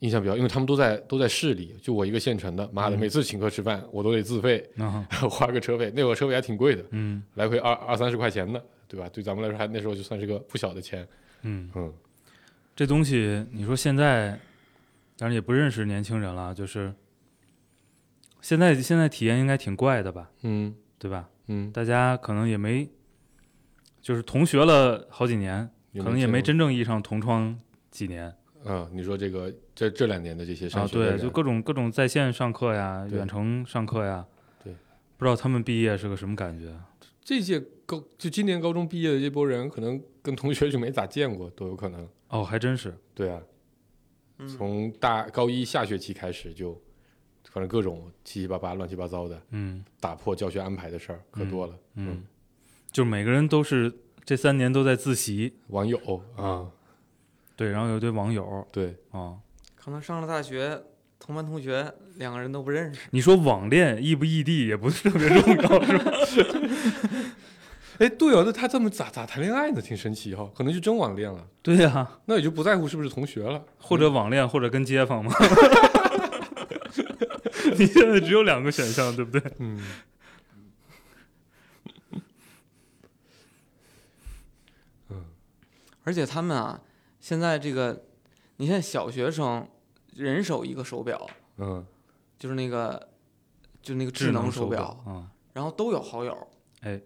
[SPEAKER 5] 印象比较，因为他们都在都在市里，就我一个县城的，妈的，
[SPEAKER 4] 嗯
[SPEAKER 5] 每次请客吃饭我都得自费，
[SPEAKER 4] 啊
[SPEAKER 5] 花个车费，那会儿车费还挺贵的，
[SPEAKER 4] 嗯
[SPEAKER 5] 来回二二三十块钱的，对吧？对咱们来说还那时候就算是个不小的钱，
[SPEAKER 4] 嗯，
[SPEAKER 5] 嗯，
[SPEAKER 4] 这东西你说现在，当然也不认识年轻人了，就是现在现在体验应该挺怪的吧，
[SPEAKER 5] 嗯
[SPEAKER 4] 对吧？
[SPEAKER 5] 嗯，
[SPEAKER 4] 大家可能也没就是同学了好几年，可能也没真正意义上同窗几年
[SPEAKER 5] 啊。你说这个这这两年的这些上
[SPEAKER 4] 啊，
[SPEAKER 5] 学的
[SPEAKER 4] 对，
[SPEAKER 5] 人
[SPEAKER 4] 就各种各种在线上课呀，
[SPEAKER 5] 对
[SPEAKER 4] 远程上课呀，
[SPEAKER 5] 对，
[SPEAKER 4] 不知道他们毕业是个什么感觉。
[SPEAKER 5] 这届高就今年高中毕业的这波人，可能跟同学就没咋见过，都有可能。
[SPEAKER 4] 哦，还真是，
[SPEAKER 5] 对啊，
[SPEAKER 3] 嗯
[SPEAKER 5] 从大高一下学期开始就，反正各种七七八八、乱七八糟的，
[SPEAKER 4] 嗯
[SPEAKER 5] 打破教学安排的事儿可多了。
[SPEAKER 4] 嗯，就每个人都是这三年都在自习，
[SPEAKER 5] 网友啊
[SPEAKER 4] 啊，对，然后有一堆网友
[SPEAKER 5] 对，
[SPEAKER 4] 啊，
[SPEAKER 3] 可能上了大学，同班同学两个人都不认识。
[SPEAKER 4] 你说网恋，E 异不异地也不是特别重要，是吧？
[SPEAKER 5] 哎，对哦，那他这么咋咋谈恋爱呢？挺神奇哈、可能就真网恋了，
[SPEAKER 4] 对呀、
[SPEAKER 5] 那也就不在乎是不是同学了。
[SPEAKER 4] 或者网恋，或者跟街坊嘛。 你现在只有两个选项，对不 对？
[SPEAKER 5] 嗯，
[SPEAKER 3] 而且他们啊，现在这个，你现在小学生人手一个手表，
[SPEAKER 5] 嗯，
[SPEAKER 3] 就是那个，就是那个智能手表，
[SPEAKER 4] 啊，
[SPEAKER 3] 然后都有好友。
[SPEAKER 4] 哎，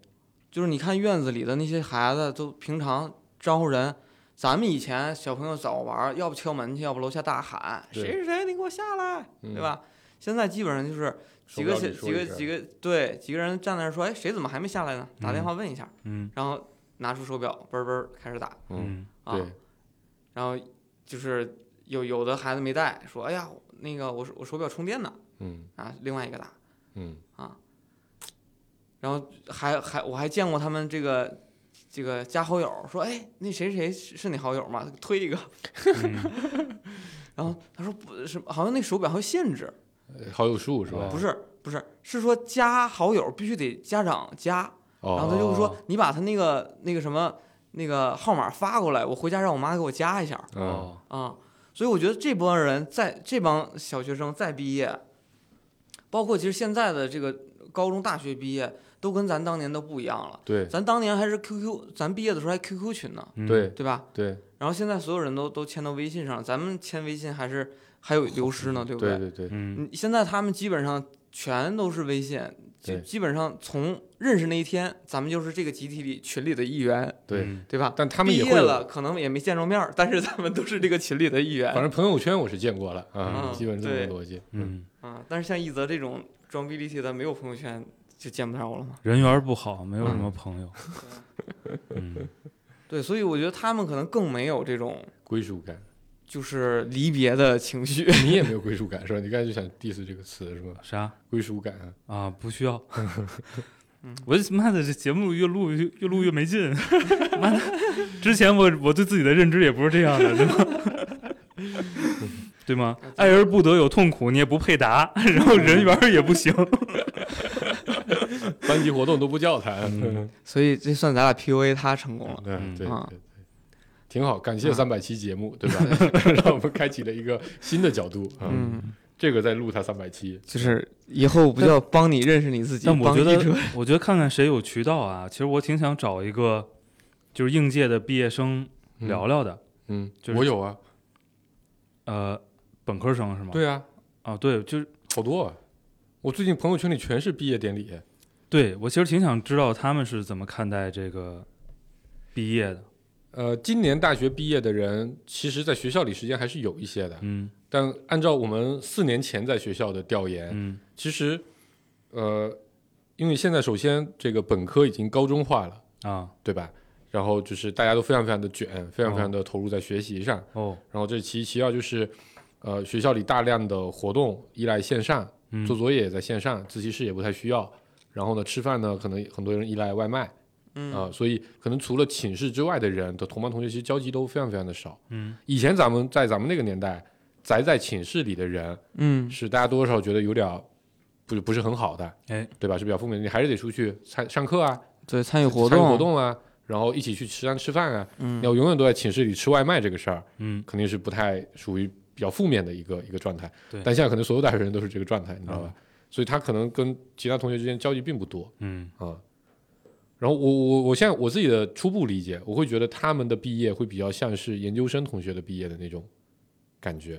[SPEAKER 3] 就是你看院子里的那些孩子，都平常招呼人。咱们以前小朋友找玩儿，要不敲门去，要不楼下大喊
[SPEAKER 5] 对
[SPEAKER 3] 谁谁谁，你给我下来，
[SPEAKER 5] 嗯
[SPEAKER 3] 对？吧？现在基本上就是几个小
[SPEAKER 5] 手表里说
[SPEAKER 3] 几
[SPEAKER 5] 一
[SPEAKER 3] 个
[SPEAKER 5] 声
[SPEAKER 3] 几个对几个人站在那儿说，哎，谁怎么还没下来呢？打电话问一下，
[SPEAKER 4] 嗯
[SPEAKER 3] 然后拿出手表，嘣儿嘣儿开始打
[SPEAKER 4] 嗯
[SPEAKER 5] 嗯，
[SPEAKER 3] 啊
[SPEAKER 5] 对。，
[SPEAKER 3] 然后就是有有的孩子没带，说哎呀，那个我手我手表充电呢，
[SPEAKER 5] 嗯
[SPEAKER 3] 啊，另外一个打，
[SPEAKER 5] 嗯，
[SPEAKER 3] 然后还还我还见过他们这个这个加好友，说哎，那谁谁是是你好友吗？推一个，
[SPEAKER 4] 嗯
[SPEAKER 3] 然后他说不是，好像那手表还有限制，
[SPEAKER 5] 呃好友数是吧？
[SPEAKER 3] 不是不是，是说加好友必须得家长加。
[SPEAKER 5] 哦，
[SPEAKER 3] 然后他就说：“你把他那个那个什么那个号码发过来，我回家让我妈给我加一下儿
[SPEAKER 5] 嗯，
[SPEAKER 4] 哦，
[SPEAKER 3] 啊。”所以我觉得这帮人在这帮小学生再毕业，包括其实现在的这个高中、大学毕业，都跟咱当年都不一样了。
[SPEAKER 5] 对
[SPEAKER 3] 咱当年还是 QQ，咱毕业的时候还 QQ 群呢，
[SPEAKER 4] 嗯
[SPEAKER 5] 对
[SPEAKER 3] 对吧？
[SPEAKER 5] 对
[SPEAKER 3] 然后现在所有人都都迁到微信上了，咱们迁微信还是还有流失呢，对不
[SPEAKER 5] 对对对，
[SPEAKER 4] 嗯
[SPEAKER 3] 嗯，现在他们基本上全都是微信，就
[SPEAKER 5] 对
[SPEAKER 3] 基本上从认识那一天，咱们就是这个集体里群里的一员，
[SPEAKER 5] 对
[SPEAKER 4] 嗯
[SPEAKER 3] 对吧？
[SPEAKER 5] 但他们
[SPEAKER 3] 毕
[SPEAKER 5] 也
[SPEAKER 3] 业
[SPEAKER 5] 会有，
[SPEAKER 3] 了，可能也没见着面儿，但是咱们都是这个群里的一员
[SPEAKER 5] 反正朋友圈我是见过了啊，
[SPEAKER 3] 哎嗯
[SPEAKER 5] 基本这么
[SPEAKER 3] 对
[SPEAKER 5] 个逻辑。，
[SPEAKER 4] 嗯，
[SPEAKER 3] 啊。但是像一泽这种装逼立体的，没有朋友圈就见不着了嘛。
[SPEAKER 4] 人缘不好，没有什么朋友。嗯
[SPEAKER 3] 对，所以我觉得他们可能更没有这种
[SPEAKER 5] 归属感，
[SPEAKER 3] 就是离别的情绪。
[SPEAKER 5] 你也没有归属感是吧？你刚才就想 diss 这个词是吧？
[SPEAKER 4] 啥
[SPEAKER 5] 归属感啊，
[SPEAKER 4] 啊？不需要。我这妈的，这节目越录越越录越没劲。 妈的，之前我我对自己的认知也不是这样的，对吗？ 对吗？爱而不得有痛苦，你也不配答，然后人缘儿也不行。
[SPEAKER 5] 嗯班级活动都不叫谈，嗯
[SPEAKER 4] 嗯
[SPEAKER 3] 所以这算咱俩 PUA 他成功了。
[SPEAKER 5] 对对
[SPEAKER 4] 嗯
[SPEAKER 5] 对
[SPEAKER 3] 啊
[SPEAKER 5] 对，挺好，感谢
[SPEAKER 3] 啊
[SPEAKER 5] 三百期节目，对吧？让我们开启了一个新的角度啊，
[SPEAKER 3] 嗯，
[SPEAKER 5] 这个再录它三百期，
[SPEAKER 3] 就是以后不叫帮你认识你自己，
[SPEAKER 4] 但我
[SPEAKER 3] 帮
[SPEAKER 4] 觉
[SPEAKER 3] 译
[SPEAKER 4] 得
[SPEAKER 3] 者，
[SPEAKER 4] 我觉得看看谁有渠道啊。其实我挺想找一个，就是应届的毕业生
[SPEAKER 5] 嗯
[SPEAKER 4] 聊聊的。
[SPEAKER 5] 嗯，
[SPEAKER 4] 就是
[SPEAKER 5] 我有啊，
[SPEAKER 4] 呃，本科生是吗？
[SPEAKER 5] 对啊，
[SPEAKER 4] 啊，对，就是
[SPEAKER 5] 好多啊，我最近朋友圈里全是毕业典礼，
[SPEAKER 4] 对我其实挺想知道他们是怎么看待这个毕业的。
[SPEAKER 5] 呃，今年大学毕业的人，其实在学校里时间还是有一些的，
[SPEAKER 4] 嗯
[SPEAKER 5] 但按照我们四年前在学校的调研，
[SPEAKER 4] 嗯
[SPEAKER 5] 其实，呃，因为现在首先这个本科已经高中化了，
[SPEAKER 4] 啊
[SPEAKER 5] 对吧？然后就是大家都非常非常的卷，非常非常的投入在学习上。
[SPEAKER 4] 哦
[SPEAKER 5] 然后这其一，其二就是，呃，学校里大量的活动依赖线上，
[SPEAKER 4] 嗯
[SPEAKER 5] 做作业也在线上，自习室也不太需要。然后呢，吃饭呢，可能很多人依赖外卖，
[SPEAKER 3] 嗯
[SPEAKER 5] 啊、所以可能除了寝室之外的人的同班同学，其实交集都非常非常的少。
[SPEAKER 4] 嗯，
[SPEAKER 5] 以前咱们在咱们那个年代，宅在寝室里的人，
[SPEAKER 3] 嗯，
[SPEAKER 5] 是大家多多少少觉得有点儿不不是很好的，
[SPEAKER 4] 哎，
[SPEAKER 5] 对吧？是比较负面的，你还是得出去参上课啊，
[SPEAKER 3] 对，参与活
[SPEAKER 5] 参与
[SPEAKER 3] 动，
[SPEAKER 5] 活，动啊，然后一起去食堂吃饭啊。你
[SPEAKER 3] 嗯
[SPEAKER 5] 要永远都在寝室里吃外卖这个事儿，
[SPEAKER 4] 嗯
[SPEAKER 5] 肯定是不太属于比较负面的一个一个状态。
[SPEAKER 4] 对
[SPEAKER 5] 但现在可能所有大学生都是这个状态，你知道吧？所以他可能跟其他同学之间交集并不多
[SPEAKER 4] 嗯
[SPEAKER 5] 啊、然后我我我现在我自己的初步理解，我会觉得他们的毕业会比较像是研究生同学的毕业的那种感觉。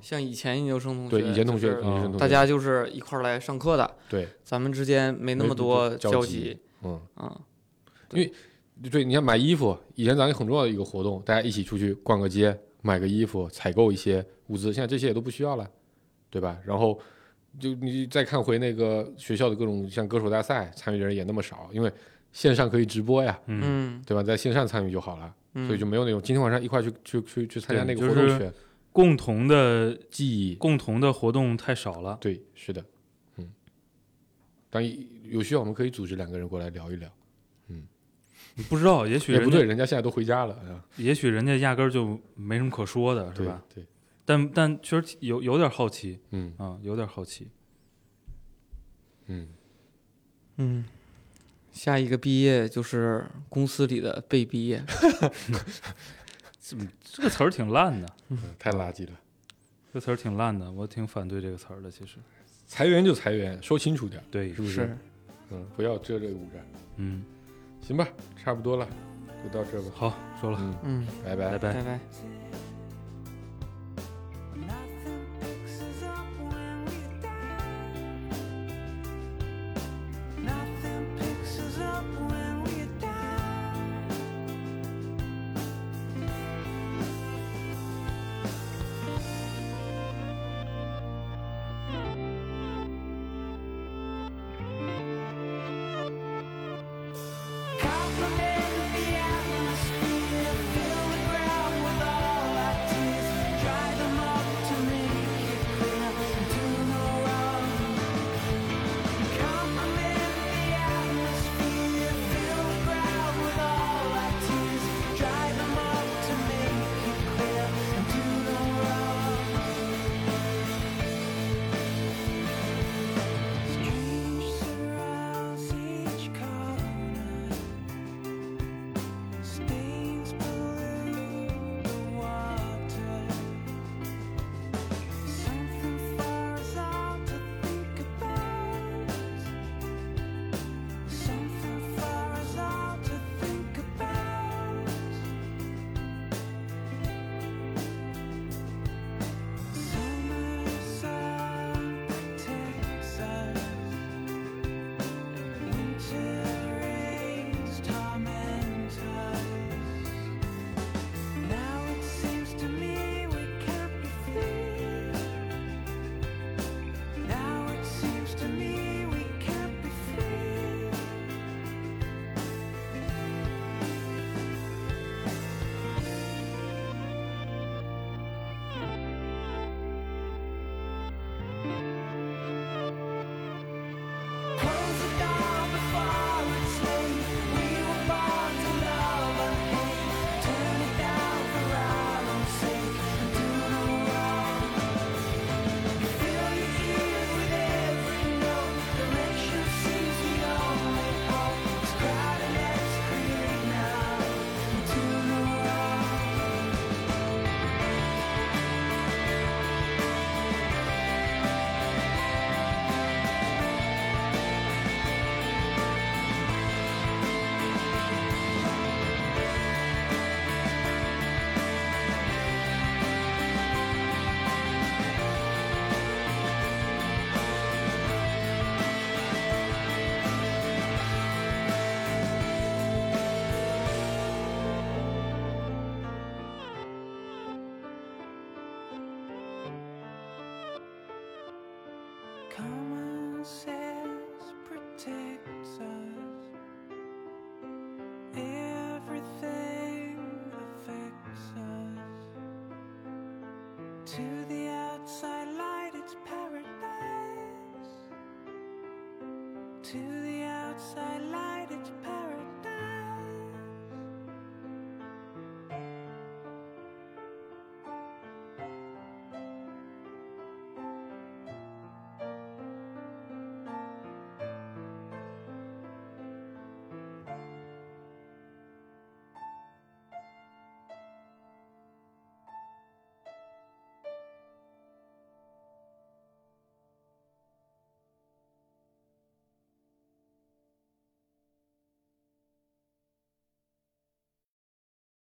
[SPEAKER 3] 像以前研究生同学，
[SPEAKER 5] 对，以前同学，
[SPEAKER 3] 就
[SPEAKER 5] 研
[SPEAKER 3] 是
[SPEAKER 5] 究生同学，
[SPEAKER 3] 大家就是一块儿来上课的，
[SPEAKER 5] 对，
[SPEAKER 3] 咱们之间没那
[SPEAKER 5] 没
[SPEAKER 3] 么
[SPEAKER 5] 多
[SPEAKER 3] 多
[SPEAKER 5] 交
[SPEAKER 3] 交
[SPEAKER 5] 集
[SPEAKER 3] 集
[SPEAKER 5] 嗯。
[SPEAKER 3] 啊。
[SPEAKER 5] 对，你看买衣服，以前咱们很重要的一个活动，大家一起出去逛个街，买个衣服，采购一些物资，现在这些也都不需要了，对吧？然后就你再看回那个学校的各种像歌手大赛，参与的人也那么少，因为线上可以直播呀，
[SPEAKER 4] 嗯，
[SPEAKER 3] 嗯，
[SPEAKER 5] 对吧？在线上参与就好了，
[SPEAKER 3] 嗯
[SPEAKER 5] 所以就没有那种今天晚上一块去去去去参加
[SPEAKER 4] 对
[SPEAKER 5] 那个
[SPEAKER 4] 就
[SPEAKER 5] 活动
[SPEAKER 4] 是
[SPEAKER 5] 去，
[SPEAKER 4] 共同的
[SPEAKER 5] 记忆，
[SPEAKER 4] 共同的活动太少了。
[SPEAKER 5] 对，是的，嗯。当然有需要，我们可以组织两个人过来聊一聊。
[SPEAKER 4] 不知道，也许
[SPEAKER 5] 也
[SPEAKER 4] 人
[SPEAKER 5] 哎不
[SPEAKER 4] 家
[SPEAKER 5] 对，人家现在都回家了，啊
[SPEAKER 4] 也许人家压根儿就没什么可说的，是
[SPEAKER 5] 对
[SPEAKER 4] 吧？？
[SPEAKER 5] 对，
[SPEAKER 4] 但但确实有有点好奇
[SPEAKER 5] 嗯
[SPEAKER 4] 啊，有点好奇。
[SPEAKER 5] 嗯。
[SPEAKER 3] 嗯，下一个毕业就是公司里的被毕业，
[SPEAKER 4] 这个词儿挺烂的，
[SPEAKER 5] 嗯太垃圾了。
[SPEAKER 4] 这个词儿挺烂的，我挺反对这个词儿的。其实，
[SPEAKER 5] 裁员就裁员，说清楚点儿，
[SPEAKER 4] 对
[SPEAKER 5] 是，不是？嗯，不要遮这捂着。
[SPEAKER 4] 嗯，
[SPEAKER 5] 行吧，差不多了，就到这吧。
[SPEAKER 4] 好，说了，
[SPEAKER 5] 嗯，
[SPEAKER 3] 嗯，
[SPEAKER 5] 拜拜
[SPEAKER 4] 拜。
[SPEAKER 3] 拜。
[SPEAKER 4] 拜
[SPEAKER 3] 拜。
[SPEAKER 2] Nothing fixes up when we die. Nothing fixes up when we die. Complimented the atmosphere, fill the ground with all To the outside light, it's paradise. To the outside light.